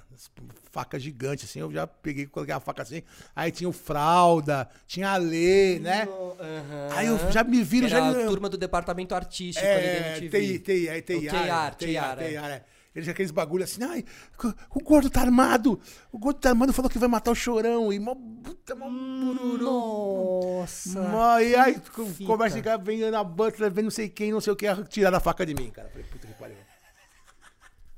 B: Faca gigante, assim. Eu já peguei, coloquei a faca assim. Aí tinha o fralda, tinha a lei, né?
A: Aham.
B: Aí eu já me viro,
A: Era
B: já.
A: a turma do departamento artístico ali da
B: É,
A: MTV.
B: TI, TI, é,
A: O TIAR,
B: TI, TIAR,
A: TIAR, é.
B: TIAR, é. Eles aqueles bagulho assim, ai, o gordo tá armado. O gordo tá armado falou que vai matar o chorão. E mó puta, mó bururu.
A: Nossa.
B: Mó- e aí, co-
A: Fita.
B: conversa de cara, vem Ana Butler, vem não sei quem, não sei o que, tiraram a faca de mim, cara. Falei, puta que pariu.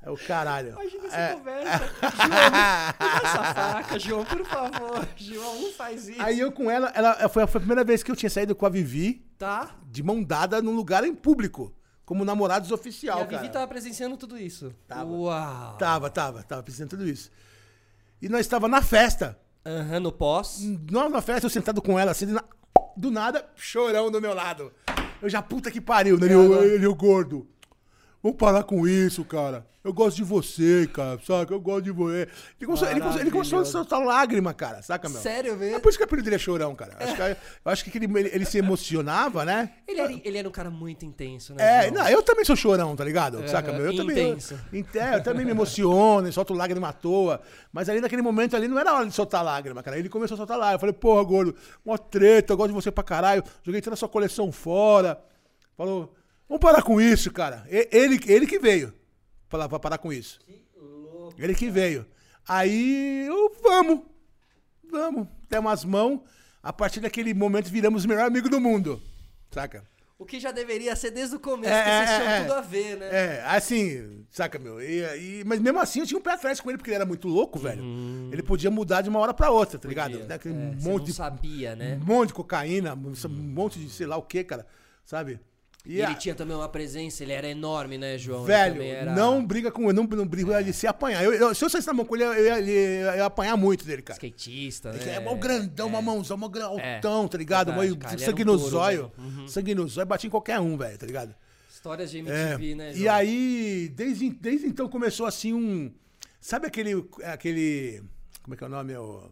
B: É o caralho.
A: Imagina essa
B: É,
A: conversa. João, me dá essa faca, João, por favor. João, não faz isso.
B: Aí eu com ela, ela foi a foi a primeira vez que eu tinha saído com a Vivi
A: Tá?
B: de mão dada num lugar em público, como namorados
A: E
B: oficial,
A: a Vivi tá-
B: cara. Tá,
A: tava presenciando tudo isso.
B: Tava.
A: Uau.
B: Tava, tava, tava precisando de tudo isso. E nós estava na festa.
A: Aham, no pós.
B: Nós na festa, eu sentado com ela, assim, do na- do nada, chorão do meu lado. Eu já, puta que pariu, né? Ele,
A: Ela-
B: ele, o gordo. Vamos parar com isso, cara. Eu gosto de você, cara, saca? Eu gosto de você. Ele começou, ele começou, ele começou a
A: Maravilhoso.
B: soltar lágrima, cara, saca, meu?
A: Sério
B: É
A: mesmo?
B: por isso que o apelido dele é chorão, cara. Acho que, eu acho que ele, ele- ele se emocionava, né?
A: Ele era, ele era um cara muito intenso, né?
B: É,
A: João?
B: não, eu também sou chorão, tá ligado? Saca, meu? Eu também.
A: intenso.
B: Eu, inte- eu também me emociono, e solto lágrima à toa. Mas ali naquele momento ali não era hora de soltar lágrima, cara. Ele começou a soltar lágrima. Eu falei, porra, gordo, mó treta, eu gosto de você pra caralho. Joguei toda a sua coleção fora. Falou, vamos parar com isso, cara. E- Ele, ele que veio pra, pra parar com isso. Ele que veio. Aí eu, vamos. Vamos. Temos as mãos. A partir daquele momento viramos o melhor amigo do mundo. Saca?
A: O que já deveria ser desde o começo,
B: É,
A: que vocês
B: é,
A: tinham
B: é.
A: tudo a ver, né?
B: É, assim, saca, meu? E, e- mas mesmo assim eu tinha um pé atrás com ele, porque ele era muito louco, velho. Ele podia mudar de uma hora pra outra, tá ligado? Né? Aquele
A: Uhum. É, você não
B: monte, de,
A: sabia, né?
B: um monte de cocaína, um monte de sei lá o que, cara, sabe? E
A: E
B: a-
A: Ele tinha também uma presença, ele era enorme, né, João? Ele
B: velho,
A: também era
B: não briga com ele, não, não briga ele se apanhar. Eu- eu- se eu saísse na mão com ele, eu ia, ele- eu ia apanhar muito dele, cara.
A: skatista,
B: É,
A: né?
B: é mó grandão, uma mãozão, mó grandão,
A: É,
B: tá ligado?
A: verdade,
B: Mó-
A: cara, ele era
B: sangue
A: um
B: no
A: touro,
B: zóio, sangue no zóio, batia em qualquer um, velho, tá ligado?
A: Histórias de
B: É,
A: MTV, né, João?
B: E aí, desde, desde então começou assim um. Sabe aquele. aquele como é que é o nome? É, o-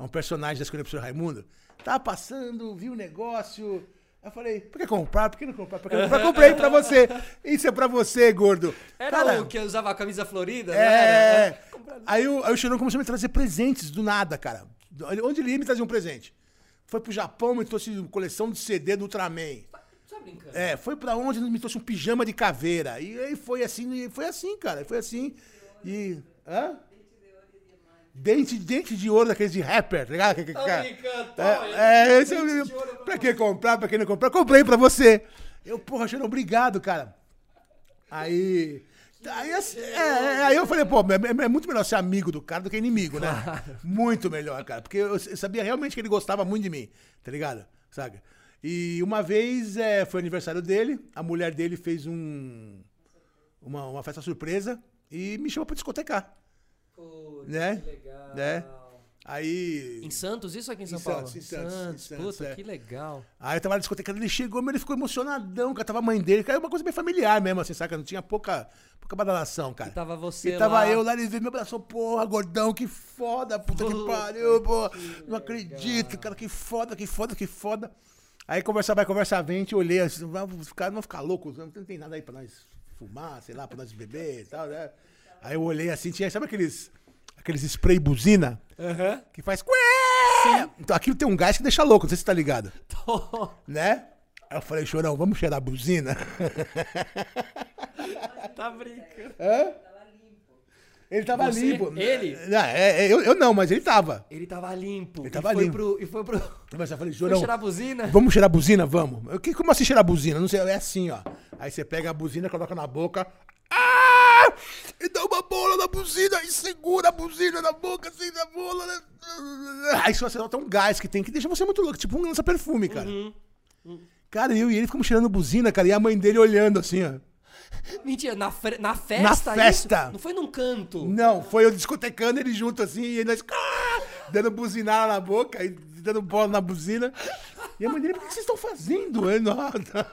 B: é um personagem da escolha do professor Raimundo? Tava passando, vi o negócio. Aí eu falei, por que comprar? Por que não comprar? Por que não comprar? Comprei pra você. Isso é pra você, gordo.
A: Era
B: Cara,
A: o que usava a camisa florida, não era? né?
B: é. Aí o, aí o Chorão começou a me trazer presentes do nada, cara. Ele- Onde ele ia me trazer um presente? Foi pro Japão, me trouxe uma coleção de CD do Ultraman.
A: Só tá brincando.
B: É, foi pra onde me trouxe um pijama de caveira. E aí foi assim, e foi assim, cara. Foi assim. E. Hã? Dente, dente de ouro daqueles de rapper, tá ligado? Que- que-
A: Tá brincando,
B: que-
A: olha,
B: é, é, esse é o-
A: dente de ouro pra
B: Pra quem comprar, pra quem não comprar, comprei pra você. Eu, porra, Chorão, obrigado, cara. Aí. Aí, assim, é, é, aí eu falei, pô, é, é muito melhor ser amigo do cara do que inimigo, né? Muito melhor, cara. Porque eu s- sabia realmente que ele gostava muito de mim, tá ligado? Saca? E uma vez é, foi aniversário dele, a mulher dele fez um, uma, uma festa surpresa e me chamou pra discotecar,
A: Putz,
B: né?
A: que legal.
B: Né? Aí.
A: Em Santos, isso aqui em São
B: Em
A: Paulo?
B: Santos, em Santos, em Santos,
A: puta,
B: é.
A: que legal.
B: Aí eu tava na discoteca, ele chegou, mas ele ficou emocionadão, cara. Tava a mãe dele, cara. É uma coisa bem familiar mesmo, assim, saca? Não tinha pouca, pouca badalação, cara.
A: E tava você
B: E tava
A: lá.
B: eu lá, ele veio e me abraçou, porra, gordão, que foda, puta que
A: Puta
B: pariu, pô.
A: que
B: Não acredito, cara, que foda, que foda, que foda. Aí conversa vai, conversa vem, te olhei, assim, vamos ficar, não ficar louco, não tem nada aí pra nós fumar, sei lá, pra nós beber e tal, né? Aí eu olhei assim, tinha, sabe aqueles, aqueles spray buzina?
A: Aham.
B: Que faz... Sim. Então aquilo tem um gás que deixa louco, não sei se você tá ligado né? Aí eu falei, chorão, vamos cheirar a buzina?
A: tá brincando.
B: Ele tava
A: Você?
B: limpo.
A: Ele?
B: Não, é, é, eu, eu não, mas ele tava.
A: Ele tava limpo. Ele
B: tava
A: e foi
B: limpo.
A: Pro, e foi pro...
B: Mas eu falei,
A: Foi
B: chorão,
A: tirar a buzina.
B: vamos cheirar a buzina? Vamos. Eu, que, como assim cheirar a buzina? Não sei, é assim, ó. Aí você pega a buzina, coloca na boca. Ah! E dá uma bola na buzina e segura a buzina na boca, assim, na bola. Né? Aí só você nota um gás que tem que deixa você muito louco, tipo um lança-perfume, cara.
A: Uhum.
B: Cara, eu e ele ficamos cheirando buzina, cara, e a mãe dele olhando assim, ó.
A: Mentira, na, fre- na festa é isso?
B: festa.
A: Não foi num canto.
B: Não, foi eu discotecando ele junto assim, e nós ah, dando buzinada na boca, e dando bola na buzina. E a mãe dele, por que vocês estão fazendo? Eu, nada.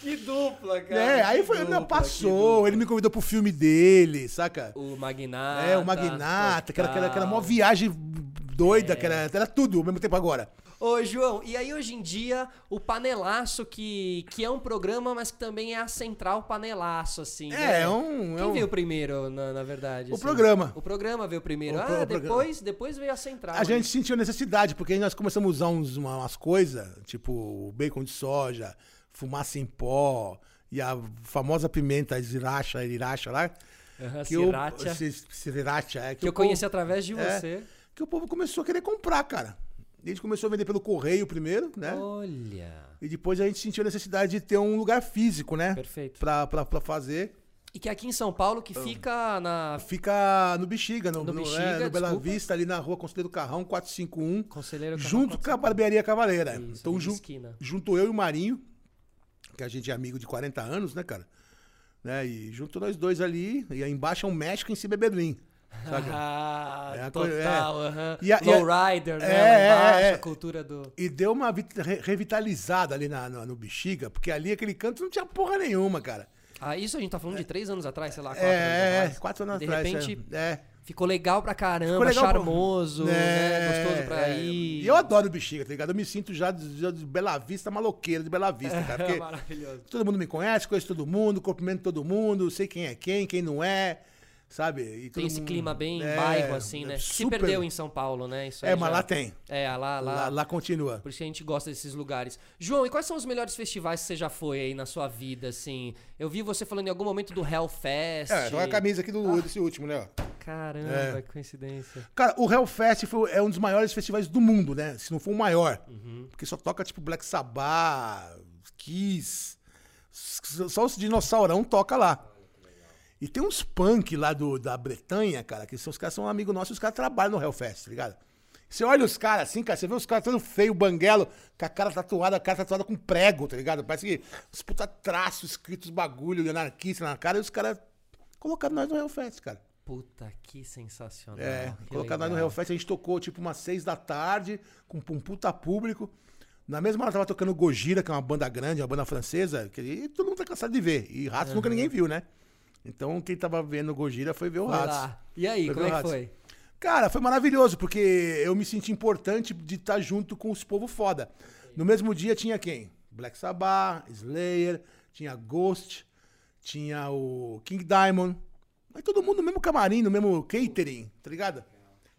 A: Que dupla, cara.
B: É, aí
A: que
B: foi,
A: dupla,
B: não,
A: que
B: passou, ele me convidou pro filme dele, saca?
A: dupla. O Magnata.
B: É, o
A: tá,
B: Magnata, aquela, aquela, aquela mó
A: total.
B: viagem
A: É.
B: doida, que era, era tudo ao mesmo tempo agora.
A: Ô, João, e aí hoje em dia, o Panelaço, que, que é um programa, mas que também é a central Panelaço, assim.
B: É,
A: né?
B: é um.
A: Quem
B: É um...
A: veio primeiro, na, na verdade? assim?
B: O programa.
A: O programa veio primeiro.
B: O
A: ah,
B: pro- o programa.
A: depois, depois veio a central. né?
B: A
A: ali.
B: gente sentiu necessidade, porque aí nós começamos a usar uns, uma- umas coisas, tipo bacon de soja, fumaça em pó, e a famosa pimenta sriracha, iracha lá.
A: Aham,
B: que eu-
A: Sriracha, que eu,
B: si- Sriracha, é. Que, o povo-
A: conheci através de
B: é,
A: você.
B: Que o povo começou a querer comprar, cara. A gente começou a vender pelo correio primeiro, né?
A: Olha.
B: E depois a gente sentiu a necessidade de ter um lugar físico, né?
A: Perfeito.
B: Pra, pra, pra fazer.
A: E que é aqui em São Paulo, que fica na
B: Fica no Bexiga, no,
A: No
B: no- é,
A: Bexiga,
B: no Bela
A: desculpa.
B: Vista, ali na rua Conselheiro Carrão, 451.
A: Conselheiro Carrão um.
B: junto com a Barbearia Cavaleira.
A: Isso,
B: então,
A: ali na
B: jun,
A: esquina.
B: junto eu e o Marinho, que a gente é amigo de 40 anos, né, cara? Né? E junto nós dois ali, e aí embaixo é um México em cima é Berlim. Sabe?
A: Ah,
B: É a coi-
A: total, aham.
B: E a- e a-
A: Lowrider, né?
B: É,
A: lá
B: é,
A: embaixo,
B: é.
A: a cultura do...
B: E deu uma vit- re- revitalizada ali na, na- no Bexiga, porque ali aquele canto não tinha porra nenhuma, cara.
A: Ah, isso a gente tá falando de três anos atrás, sei lá, quatro anos
B: É, é,
A: atrás.
B: quatro anos
A: de
B: atrás.
A: repente,
B: é. É.
A: Ficou legal pra caramba,
B: Ficou legal pra-
A: charmoso, né?
B: É,
A: Gostoso pra
B: é.
A: ir.
B: E eu adoro bexiga, tá ligado? Eu me sinto já de, já de Bela Vista, maloqueiro de Bela Vista, cara.
A: É
B: Porque
A: maravilhoso.
B: todo mundo me conhece, conheço todo mundo, cumprimento todo mundo, sei quem é quem, quem não é, sabe? E todo
A: Tem esse
B: mundo-
A: clima bem
B: é,
A: bairro, assim,
B: é
A: né? Que Se
B: super-
A: perdeu em São Paulo, né? Isso aí
B: É, mas
A: já-
B: lá tem.
A: É, lá, lá,
B: Lá, lá continua.
A: Por isso que a gente gosta desses lugares. João, e quais são os melhores festivais que você já foi aí na sua vida, assim? Eu vi você falando em algum momento do Hellfest.
B: É, joga a camisa aqui
A: Ah.
B: do, desse último, né? ó.
A: Caramba,
B: É.
A: que coincidência.
B: Cara, o Hellfest foi, é um dos maiores festivais do mundo, né? Se não for o maior. Porque só toca, tipo, Black Sabbath, Kiss. S- Só os dinossaurão toca lá. E tem uns punk lá do, da Bretanha, cara, que são, os caras são um amigo nosso e os caras trabalham no Hellfest, tá ligado? Você olha os caras assim, cara, você vê os caras todo feio, banguelo, com a cara tatuada, a cara tatuada com prego, tá ligado? Parece que os puta traços, escritos bagulho, anarquista na cara, e os caras colocaram nós no Hellfest, cara.
A: Puta, que sensacional.
B: É,
A: Ah, que
B: colocar nós no
A: legal.
B: Hellfest, a gente tocou tipo umas seis da tarde, com um puta público. Na mesma hora tava tocando Gojira, que é uma banda grande, uma banda francesa, que e todo mundo tá cansado de ver. E Ratos nunca ninguém viu, né? Então quem tava vendo Gojira foi ver o
A: Foi
B: Ratos.
A: lá. E aí,
B: Foi
A: como
B: ver
A: é que
B: o Ratos.
A: foi?
B: Cara, foi maravilhoso, porque eu me senti importante de estar junto com os povo foda. No mesmo dia tinha quem? Black Sabbath, Slayer, tinha Ghost, tinha o King Diamond. Mas todo mundo no mesmo camarim, no mesmo catering, tá ligado?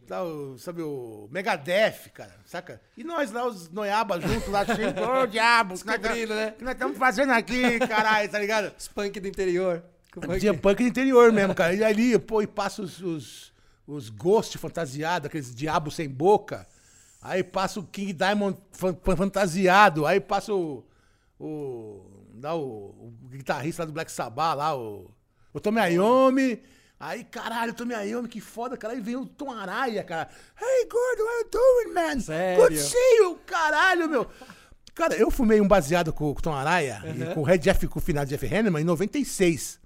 B: Tá, o- sabe, o Megadeth, cara, saca? E nós lá, os noiaba juntos lá, cheio, ô diabo, o que nós tá-
A: Descobrindo, né?
B: o que nós estamos fazendo aqui, caralho, tá ligado?
A: Os punk do interior. Como é
B: Tinha
A: que...
B: punk no interior mesmo, cara. E ali, pô, e passa os, os, os ghost fantasiados, aqueles diabos sem boca. Aí passa o King Diamond fan- fan- fantasiado. Aí passa o. o dá o, o guitarrista lá do Black Sabbath lá, o. O Tommy Iommi. Aí, caralho, Tommy Iommi, que foda, cara. Aí vem o Tom Araya, cara. Hey, Gordon, what you doing, man?
A: Sério?
B: Good to see you, caralho, meu. Cara, eu fumei um baseado com o Tom Araya, e com o Red Jeff, com o final Jeff Hanneman, em 96.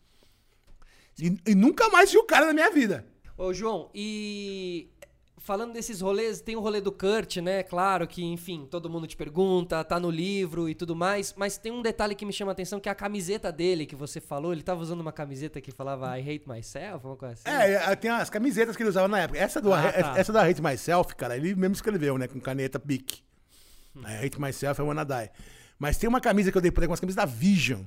B: E, e nunca mais vi o cara na minha vida.
A: Ô, João, e... Falando desses rolês, tem o rolê do Kurt, né? Claro que, enfim, todo mundo te pergunta, tá no livro e tudo mais. Mas tem um detalhe que me chama a atenção, que é a camiseta dele que você falou. Ele tava usando uma camiseta que falava I hate myself, uma coisa assim.
B: É, é, tem as camisetas que ele usava na época. Essa, do,
A: Ah, tá.
B: essa da Hate Myself, cara, ele mesmo escreveu, né? Com caneta Bic.
A: Hum.
B: É, Hate Myself é Wanna Die. Mas tem uma camisa que eu dei pra ele, com as camisas da Vision,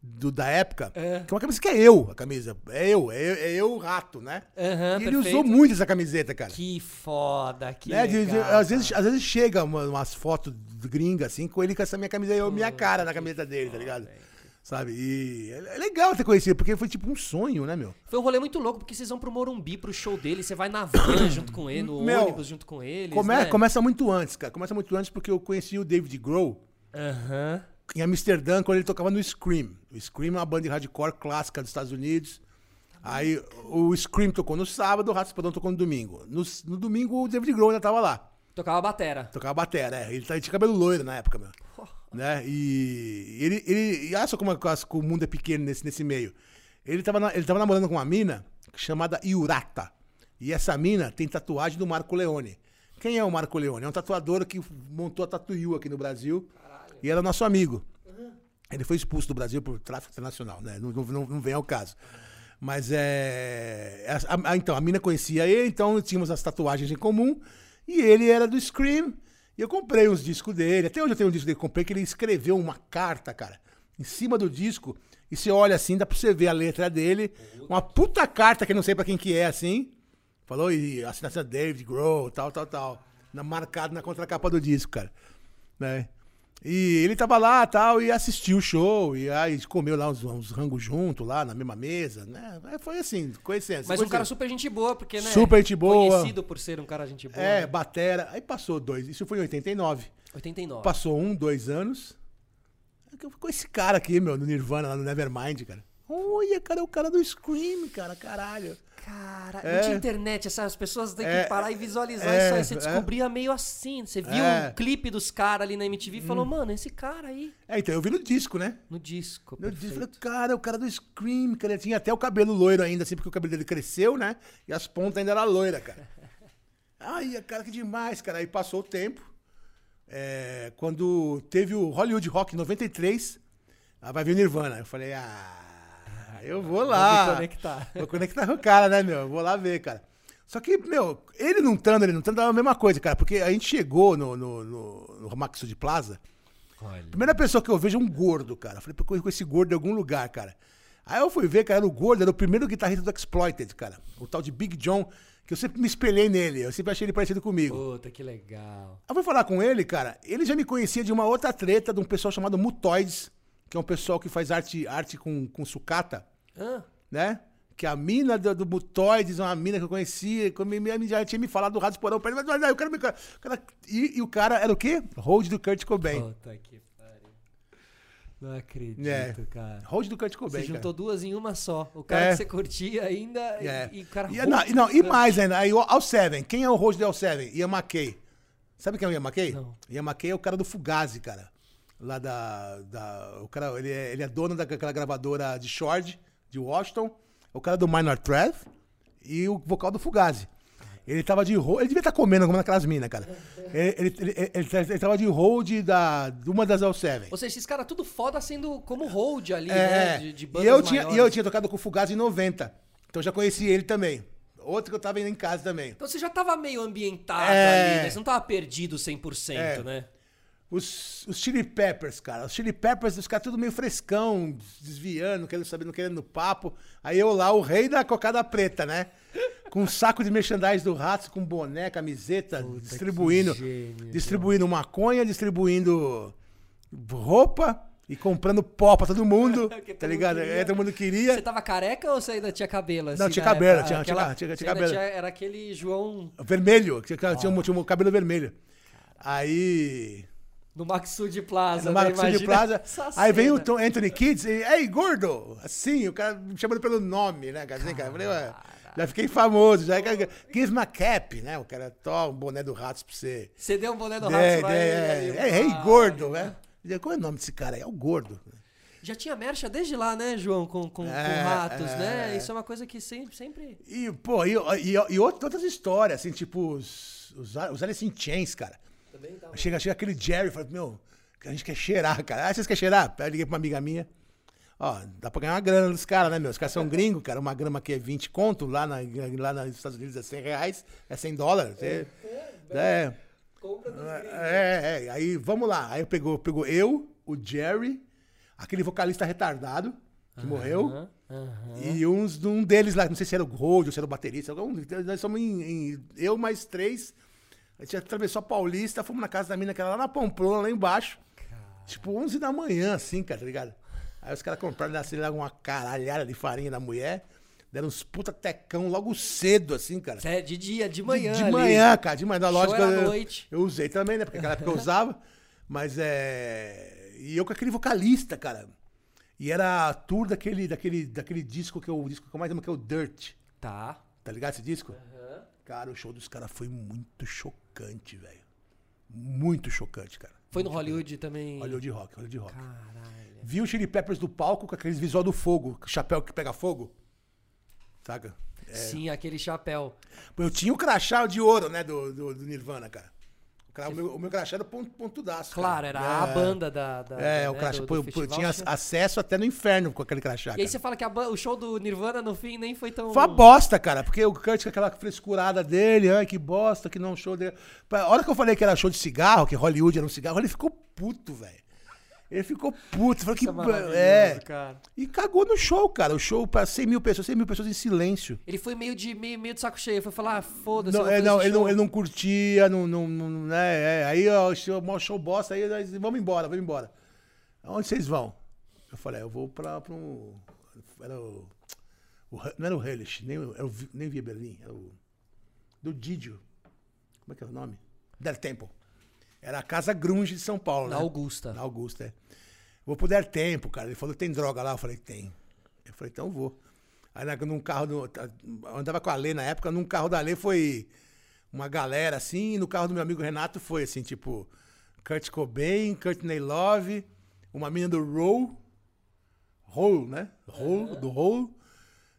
B: do- da época,
A: É.
B: que é uma camisa que é eu, a camisa. É eu, é eu, é eu o rato, né?
A: Aham,
B: e ele
A: É, perfeito.
B: usou muito essa camiseta, cara.
A: Que foda, que
B: Né? De- de-
A: legal.
B: às, vezes, às vezes chega uma- umas fotos gringas, assim, com ele com essa minha camisa, eu, minha cara na camisa dele, tá ligado? Sabe? E é é legal ter conhecido, porque foi tipo um sonho, né, meu?
A: Foi um rolê muito louco, porque vocês vão pro Morumbi, pro show dele, você vai na van junto com ele, no
B: Meu, é,
A: ônibus junto com ele.
B: Come-
A: né?
B: Começa muito antes, cara. Começa muito antes porque eu conheci o David Grohl
A: Aham.
B: em Amsterdã quando ele tocava no Scream. O Scream é uma banda de hardcore clássica dos Estados Unidos. Aí o Scream tocou no sábado, o Rato Espadão tocou no domingo. No, s- no domingo o David Grohl ainda tava lá.
A: Tocava batera.
B: Tocava batera, é. Ele tá- ele tinha cabelo loiro na época, meu. Né? E ele. ele e olha só como, é que as- como o mundo é pequeno nesse, nesse meio. Ele tava, na- ele tava namorando com uma mina chamada Iurata. E essa mina tem tatuagem do Marco Leone. Quem é o Marco Leone? É um tatuador que montou a Tatuiu aqui no Brasil. E era nosso amigo. Ele foi expulso do Brasil por tráfico internacional, né? Não, não, não vem ao caso. Mas é. a- a- então, a mina conhecia ele, então tínhamos as tatuagens em comum. E ele era do Scream. E eu comprei uns discos dele. Até hoje eu tenho um disco dele que eu comprei, que ele escreveu uma carta, cara, em cima do disco. E você olha assim, dá pra você ver a letra dele. Uma puta carta que eu não sei pra quem que é, assim. Falou, e assinatura David Grohl, tal, tal, tal. Na, marcado na contracapa do disco, cara. Né? E ele tava lá tal, e assistiu o show, e aí comeu lá uns, uns rangos junto, lá na mesma mesa, né? Aí Foi assim, conhecendo.
A: Mas um cara super gente boa, porque, né?
B: Super gente boa.
A: Conhecido por ser um cara gente boa.
B: É,
A: né?
B: batera. Aí passou dois, isso foi em 89.
A: 89.
B: É Passou um, dois anos. Aí que eu fui com esse cara aqui, meu, no Nirvana, lá no Nevermind, cara. Olha, cara, é o cara do Scream, cara, caralho.
A: Cara,
B: É.
A: não tinha internet, sabe? As pessoas têm que
B: É.
A: parar e visualizar
B: É,
A: isso aí. Você
B: é.
A: descobria meio assim. Você viu
B: É. Hum.
A: um clipe dos caras ali na MTV e falou, mano, esse cara aí.
B: É, então, eu vi no disco, né?
A: No disco.
B: No disco, eu
A: perfeito.
B: falei, cara, é o cara do Scream, cara. Ele tinha até o cabelo loiro ainda, assim, porque o cabelo dele cresceu, né? E as pontas ainda eram loiras, cara. Ai, é, cara, que demais, cara. Aí passou o tempo. É, quando teve o Hollywood Rock 93, aí vai vir o Nirvana. Eu falei, ah, eu vou lá.
A: Vou me conectar.
B: Vou conectar com o cara, né, meu? Vou lá ver, cara. Só que, meu, ele não estando, ele não estando, dava a mesma coisa, cara. Porque a gente chegou no, no, no, no Maxo de Plaza,
A: Olha.
B: Primeira pessoa que eu vejo é um gordo, cara. Eu Falei, pô, eu com esse gordo em algum lugar, cara. Aí eu fui ver, cara, era o gordo, era o primeiro guitarrista do Exploited, cara. O tal de Big John, que eu sempre me espelhei nele. Eu sempre achei ele parecido comigo.
A: Puta, que legal.
B: Aí eu fui falar com ele, cara. Ele já me conhecia de uma outra treta de um pessoal chamado Mutoids, que é um pessoal que faz arte, arte com, com sucata,
A: Hã?
B: né? Que a mina do, do Mutoides, é uma mina que eu conhecia, que me, me- já tinha me falado do Rádio Porão pra ele, mas, mas, mas, o cara me. o cara- e, e o cara era o quê? Hold do Kurt Cobain.
A: Puta que pariu. Não acredito,
B: É.
A: cara.
B: Hold do Kurt Cobain.
A: Você
B: cara.
A: Ah. juntou duas em uma só. O cara
B: É.
A: que você curtia ainda e-
B: É.
A: e o cara...
B: E, não, e não,
A: né?
B: e mais ainda, aí o All Seven. Quem é o host do All Seven? Ian McKay. Sabe quem é o Ian McKay?
A: Não.
B: Ian McKay é o cara do Fugazi, cara. Lá da. da o cara, ele, é, ele é dono daquela gravadora de Short, de Washington. É o cara do Minor Threat e o vocal do Fugazi. Ele tava de hold. Ele devia estar comendo alguma daquelas minas, cara. Ele, ele, ele- ele- ele tava de hold da, de uma das All Seven.
A: Ou seja, esses caras tudo foda sendo como hold ali, né?
B: É,
A: De, de
B: e
A: bandas
B: eu, tinha, e
A: maiores.
B: eu tinha tocado com o Fugazi em 90. Então eu já conheci ele também. Outro que eu tava indo em casa também.
A: Então você já tava meio ambientado
B: É.
A: ali, né? Você não tava perdido 100%,
B: É.
A: né?
B: Os, os Chili Peppers, cara. Os Chili Peppers, os caras tudo meio frescão, desviando, querendo saber, não querendo papo. Aí eu lá, o rei da cocada preta, né? Com um saco de merchandise do Ratos, com boné, camiseta, distribuindo.
A: que gênio,
B: distribuindo maconha, distribuindo roupa e comprando pó pra todo mundo.
A: Que
B: tá
A: todo
B: ligado?
A: mundo queria.
B: É, todo mundo queria.
A: Você tava careca ou você ainda tinha cabelo? Assim,
B: Não, tinha
A: na
B: cabelo,
A: época?
B: tinha-
A: Aquela-
B: tinha- tinha-
A: você
B: tinha
A: ainda
B: cabelo.
A: era aquele João
B: Vermelho, que tinha, tinha, um, tinha um cabelo vermelho. Aí.
A: do Maxud Plaza,
B: No
A: né?
B: Marco de
A: Imagina
B: Plaza.
A: essa
B: Aí vem o
A: cena.
B: Tom Anthony Kids e. Ei, gordo! Assim, o cara me chamando pelo nome, né, cara? Assim, cara eu falei, ué, já fiquei famoso, já. Give my cap, né? O cara toma um boné do Ratos pra você.
A: Você deu um boné do
B: É,
A: rato
B: é,
A: pra ele,
B: é,
A: ali,
B: é, ei,
A: ah,
B: gordo, né? Eu digo, Qual é o nome desse cara aí? É o gordo.
A: Já tinha mercha desde lá, né, João? Com, com, com
B: É,
A: ratos,
B: é.
A: né? Isso é uma coisa que sempre. sempre...
B: E, pô, e, e, e outras outras histórias, assim, tipo, os, os, os Alice in Chains, cara.
A: Também dá um
B: Chega, chega aquele Jerry e fala, meu, a gente quer cheirar, cara. Ah, vocês querem cheirar? Aí eu liguei pra uma amiga minha. Ó, dá pra ganhar uma grana dos caras, né, meu? Os caras são gringos, cara. Uma grama aqui é 20 conto, lá, na, lá nos Estados Unidos é 100 reais, é 100 dólares. É, é,
A: compra dos gringos.
B: é, é. Aí, vamos lá. Aí pegou, pegou eu, o Jerry, aquele vocalista retardado que morreu.
A: Aham, aham.
B: E uns, de um deles lá, não sei se era o Gold ou se era o baterista, algum, nós somos em, em- eu mais três, a gente atravessou a Paulista, fomos na casa da mina que era lá na Pamplona, lá embaixo, tipo 11 da manhã, assim, cara, tá ligado? Aí os caras compraram, assim, lá uma caralhada de farinha da mulher, deram uns puta tecão logo cedo, assim, cara.
A: Cê- é De dia, de manhã.
B: De
A: ali.
B: manhã, cara, de manhã. Na
A: Show
B: lógica,
A: era à
B: eu,
A: noite.
B: eu usei também, né? Porque naquela época eu usava. Mas é. E eu com aquele vocalista, cara. E era a tour daquele, daquele, daquele disco que eu, o disco que eu mais amo, que é o Dirt.
A: Tá.
B: Tá ligado esse disco?
A: Aham.
B: Cara, o show dos caras foi muito chocante, velho. Muito chocante, cara.
A: Foi no Hollywood também.
B: Olha o de rock, olha o de rock.
A: Caralho.
B: Vi o Chili Peppers do palco com aqueles visual do fogo, chapéu que pega fogo. Saca?
A: Sim, aquele chapéu.
B: Eu tinha o crachá de ouro, né, do, do, do Nirvana, cara. O, cra- o meu, o meu crachá era ponto, pontudaço. cara.
A: Claro, era a
B: É.
A: banda da. da-
B: É,
A: da-
B: o
A: né,
B: crachá.
A: do-
B: pô,
A: do
B: eu- eu
A: festival.
B: tinha acesso até no inferno com aquele crachá,
A: E aí
B: cara.
A: você um fala que a ban- o show do Nirvana no fim nem foi tão.
B: Foi uma bosta, cara, porque o Kurt com aquela frescurada dele, ai, que bosta, que não é um show dele. Pra- A hora que eu falei que era show de cigarro, que Hollywood era um cigarro, ele ficou puto, velho. Ele ficou puto, falou que.
A: Isso é maravilhoso,
B: É.
A: cara.
B: E cagou no show, cara. O show pra 100 mil pessoas, 100 mil pessoas em silêncio.
A: Ele foi meio de, meio, meio de saco cheio. Foi falar, ah, foda-se. eu
B: Não,
A: vou
B: é,
A: fazer
B: não,
A: esse
B: ele não,
A: show.
B: ele não curtia, não, não, não- não- né? É, aí ó, o show, mó show bosta, aí nós vamos embora, vamos embora. Aonde vocês vão? Eu falei, "Ah, eu vou pra, pra um. Era o, o Ra- Não era o Hellish, nem, é o- era o Vi- nem via Berlim, era o. Do Didio. Como é que é o nome? Der Tempo. Era a Casa Grunge de São Paulo,
A: Na
B: né?
A: Augusta.
B: Na Augusta, é. Vou pro Der Tempo, cara. Ele falou, tem droga lá? Eu falei, tem. Eu falei, então vou. Aí na- num carro, do, tá- eu andava com a Lê na época, num carro da Lê foi uma galera assim, e no carro do meu amigo Renato foi assim, tipo, Kurt Cobain, Courtney Love, uma menina do Roll, Roll, né? Roll, do Roll,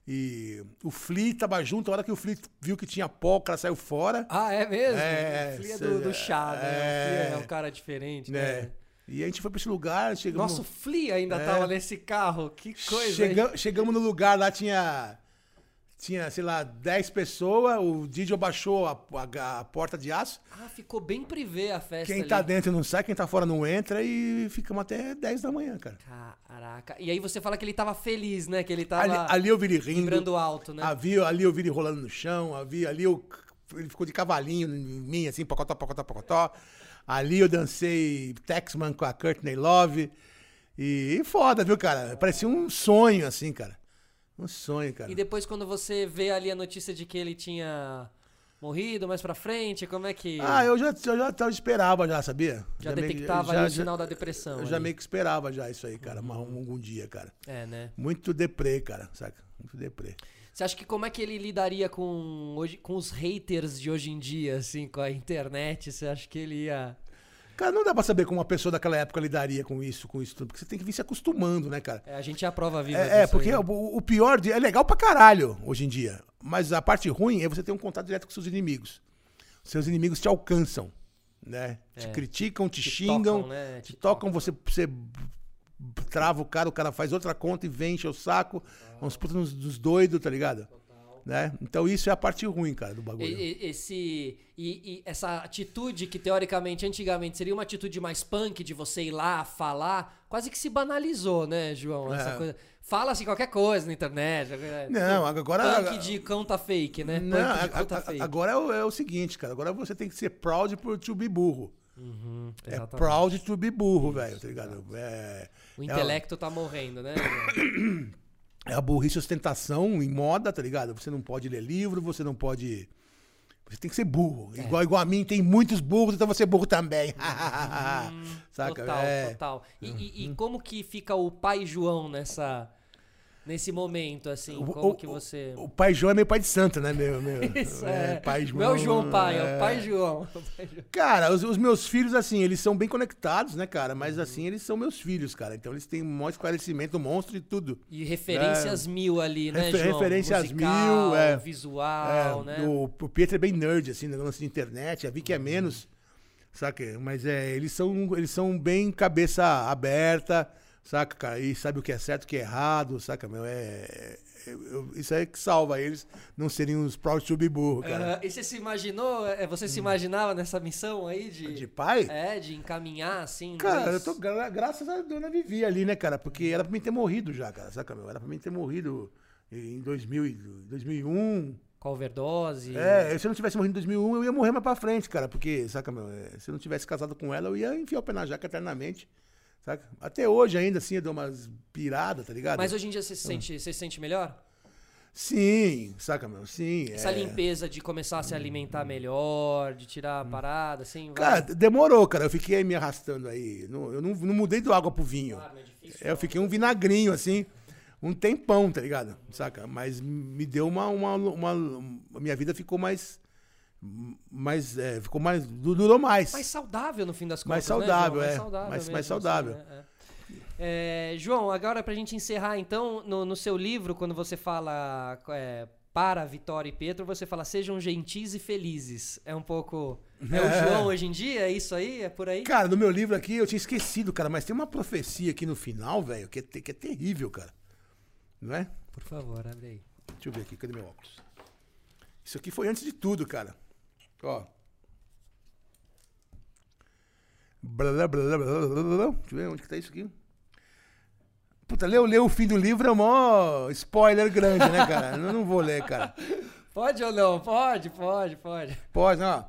B: e o Flea tava junto, a hora que o Flea viu que tinha pó, o cara saiu fora,
A: Ah, é mesmo?
B: É,
A: o Flea é
B: cê-
A: do, do chá, né? O Flea
B: é.
A: é um cara diferente, né?
B: né? E a gente foi pra esse lugar, chegamos...
A: Nossa, o Flea ainda
B: É.
A: tava nesse carro. Que coisa, hein?
B: Chega- chegamos no lugar, lá tinha. Tinha, sei lá, 10 pessoas, o DJ abaixou a, a- a porta de aço.
A: Ah, ficou bem privê a festa
B: Quem
A: ali.
B: tá dentro não sai, quem tá fora não entra e ficamos até 10 da manhã, cara.
A: Caraca. E aí você fala que ele tava feliz, né? Que ele
B: Ali,
A: tava
B: ali eu vi ele rindo.
A: vibrando alto, né?
B: Havia, ali eu vi ele rolando no chão, havia, ali eu, ele ficou de cavalinho em mim, assim, pacotó, pacotó, pacotó. Ali eu dancei Texman com a Courtney Love. E, foda, viu, cara? Parecia um sonho, assim, cara. Um sonho, cara.
A: E depois quando você vê ali a notícia de que ele tinha morrido mais pra frente, como é que...
B: Ah, eu já, eu já, eu esperava já, sabia?
A: Já
B: meio que-
A: detectava
B: já-
A: ali o
B: já-
A: sinal da depressão.
B: Eu já
A: ali. Uhum.
B: meio que esperava já isso aí, cara, uma- um- algum dia, cara.
A: É, né?
B: Muito deprê, cara, saca? Muito deprê.
A: Você acha que como é que ele lidaria com, hoje, com os haters de hoje em dia, assim, com a internet? Você acha que ele ia...
B: Cara, não dá pra saber como uma pessoa daquela época lidaria com isso, com isso tudo, porque você tem que vir se acostumando, né, cara?
A: É, a gente é a prova viva
B: É, é,
A: disso
B: porque
A: aí, né?
B: o, o pior de, é legal pra caralho hoje em dia, mas a parte ruim é você ter um contato direto com seus inimigos. Seus inimigos te alcançam, né? Te
A: É.
B: criticam, te,
A: Te
B: xingam,
A: tocam, né?
B: Te tocam, você, você trava o cara, o cara faz outra conta e vem, enche o saco.
A: Ah.
B: É Uns putos dos, doidos, tá ligado? Né? Então isso é a parte ruim, cara, do
A: E-
B: bagulho.
A: e- Esse, e, e essa atitude que, teoricamente, antigamente seria uma atitude mais punk de você ir lá falar, quase que se banalizou, né, João? Essa
B: É.
A: coisa. Fala-se qualquer coisa na internet.
B: Não, agora.
A: Punk de cão tá fake, né?
B: Não,
A: punk de
B: a-
A: cão tá
B: a-
A: fake.
B: agora é o, é o seguinte, cara. Agora você tem que ser proud por to be burro.
A: Uhum,
B: É
A: exatamente.
B: proud to be burro, velho, tá ligado? É,
A: O intelecto tá morrendo, né? João?
B: é a burrice e ostentação em moda, tá ligado? Você não pode ler livro, você não pode. Você tem que ser burro.
A: É.
B: Igual, igual a mim, tem muitos burros, então você é burro também. Saca?
A: Hum, Total,
B: É.
A: total. E, e- e como que fica o pai João nessa. Nesse momento, assim,
B: O-
A: como
B: o-
A: que você.
B: O pai João é meio pai de santo, né, meu? meu
A: Isso é.
B: pai João.
A: Não é o João pai, é, o pai
B: é.
A: João. O pai João.
B: Cara, os, os meus filhos, assim, eles são bem conectados, né, cara? Mas, assim, eles são meus filhos, cara. Então, eles têm um maior esclarecimento, um monstro de tudo.
A: E referências mil ali, né,
B: Refer-
A: João?
B: É. referências
A: Musical,
B: mil, é.
A: Visual,
B: É,
A: né?
B: o, o Pietro é bem nerd, assim, no lance de internet. A Vicky é menos, saca? Mas, é, eles são, eles são bem cabeça aberta, saca, cara? E sabe o que é certo, o que é errado, saca, meu? É... é- eu- Isso aí que salva eles não serem uns proud to be burro, cara. Hum.
A: Ah, e você se imaginou, é, você se imaginava nessa missão aí de...
B: De pai?
A: É, de encaminhar, assim...
B: Cara, eu
A: dois-
B: tô gra- graças à dona Vivi ali, né, cara? Porque era pra mim ter morrido já, cara, saca, meu? Era pra mim ter morrido em 2000, e- 2001.
A: Com a overdose...
B: É, se eu não tivesse morrido em 2001, eu ia morrer mais pra frente, cara. Porque, saca, meu? é, Se eu não tivesse casado com ela, eu ia enfiar o pé na jaca eternamente, saca? Até hoje ainda, assim, eu dou umas piradas, tá ligado?
A: Mas hoje em dia você se sente, você se sente melhor?
B: Sim, saca, meu? Sim.
A: Essa
B: é.
A: limpeza de começar a se alimentar melhor, de tirar a parada, assim...
B: Hum. Cara,
A: vai-
B: demorou, cara. Eu fiquei me arrastando aí. Não- Eu não, não mudei do água pro vinho.
A: Claro, é difícil.
B: Eu fiquei um vinagrinho, assim, um tempão, tá ligado? Saca? Mas me deu uma. uma, uma- a minha vida ficou mais. Mais. é, ficou mais. du- Durou mais.
A: Mais saudável, no fim das contas,
B: Mais
A: né, João?
B: saudável,
A: Mais
B: é.
A: saudável
B: Mais- mais
A: mesmo, assim,
B: saudável.
A: né? É. É, João, agora pra gente encerrar, então, no, no seu livro, quando você fala é, para Vitória e Pedro, você fala sejam gentis e felizes. É um pouco. É o
B: É.
A: João hoje em dia? É isso aí? É por aí?
B: Cara, no meu livro aqui eu tinha esquecido, cara, mas tem uma profecia aqui no final, velho, que, é, te- que é terrível, cara. Não é?
A: Por favor, abre aí.
B: Deixa eu ver aqui, cadê meu óculos? Isso aqui foi antes de tudo, cara. Ó. Blá, blá, blá, blá, blá, blá, blá, blá. Deixa eu ver onde que tá isso aqui. Puta, ler, ler o fim do livro é mó spoiler grande, né, cara? Eu não vou ler, cara.
A: Pode ou não? Pode, pode, pode.
B: Pós, ó.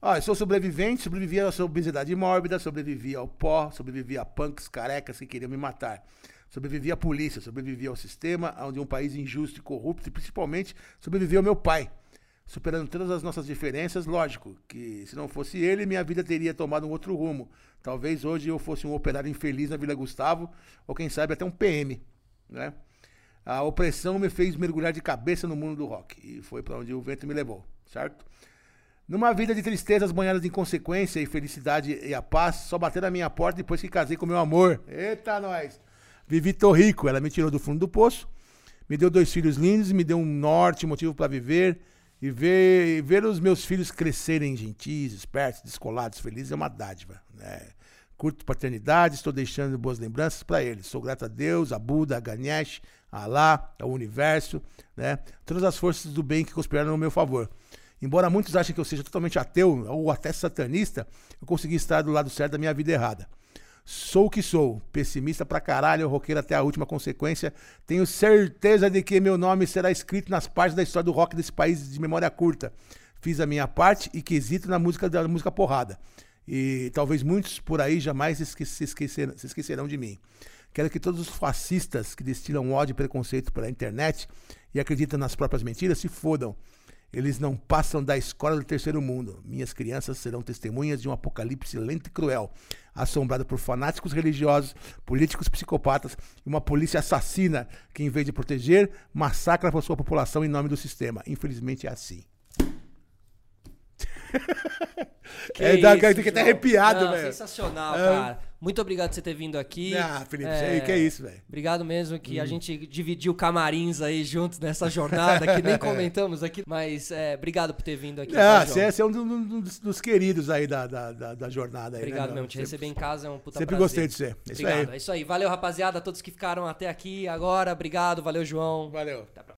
B: Ó, eu sou sobrevivente, sobrevivi à sua obesidade mórbida, sobrevivi ao pó, sobrevivi a punks carecas que queriam me matar. Sobrevivi à polícia, sobrevivi ao sistema, onde um país injusto e corrupto, e principalmente sobrevivi ao meu pai. Superando todas as nossas diferenças, lógico, que se não fosse ele, minha vida teria tomado um outro rumo. Talvez hoje eu fosse um operário infeliz na Vila Gustavo, ou quem sabe até um PM, né? A opressão me fez mergulhar de cabeça no mundo do rock. E foi para onde o vento me levou, certo? Numa vida de tristezas banhadas de inconsequência e felicidade e a paz, só bateram na minha porta depois que casei com meu amor. Eita, nós! Vivi Torrico, ela me tirou do fundo do poço, me deu dois filhos lindos, me deu um norte, um motivo para viver. E ver, e ver os meus filhos crescerem gentis, espertos, descolados, felizes é uma dádiva. Né? Curto paternidade, estou deixando boas lembranças para eles. Sou grato a Deus, a Buda, a Ganesh, a Alá, ao universo, né? todas as forças do bem que conspiraram no meu favor. Embora muitos achem que eu seja totalmente ateu ou até satanista, eu consegui estar do lado certo da minha vida errada. Sou o que sou, pessimista pra caralho, roqueiro até a última consequência. Tenho certeza de que meu nome será escrito nas páginas da história do rock desse país de memória curta. Fiz a minha parte e quesito na música da música porrada. E talvez muitos por aí jamais esque- se esquecer- se esquecerão de mim. Quero que todos os fascistas que destilam ódio e preconceito pela internet e acreditam nas próprias mentiras se fodam. Eles não passam da escola do terceiro mundo. Minhas crianças serão testemunhas de um apocalipse lento e cruel, assombrado por fanáticos religiosos, políticos psicopatas e uma polícia assassina que, em vez de proteger, massacra a sua população em nome do sistema. Infelizmente é assim. é, dá,
A: isso,
B: tem que até
A: João.
B: arrepiado,
A: Não,
B: velho.
A: Sensacional,
B: É.
A: cara. Muito obrigado por você ter vindo aqui.
B: Ah, Felipe, isso aí, que é isso, velho.
A: Obrigado mesmo que
B: Hum.
A: a gente dividiu camarins aí juntos nessa jornada que nem comentamos aqui, mas é, obrigado por ter vindo aqui. tá,
B: Ah,
A: João?
B: você é, você é um do- do- dos, dos queridos aí da, da, da, da jornada. Aí, né,
A: Obrigado
B: meu?
A: mesmo, te
B: Sempre-
A: receber em casa é um puta
B: Sempre
A: prazer.
B: gostei de você. É Isso
A: Obrigado,
B: aí.
A: é isso aí. Valeu, rapaziada, a todos que ficaram até aqui agora. Obrigado, valeu, João.
B: Valeu.
A: Até a próxima.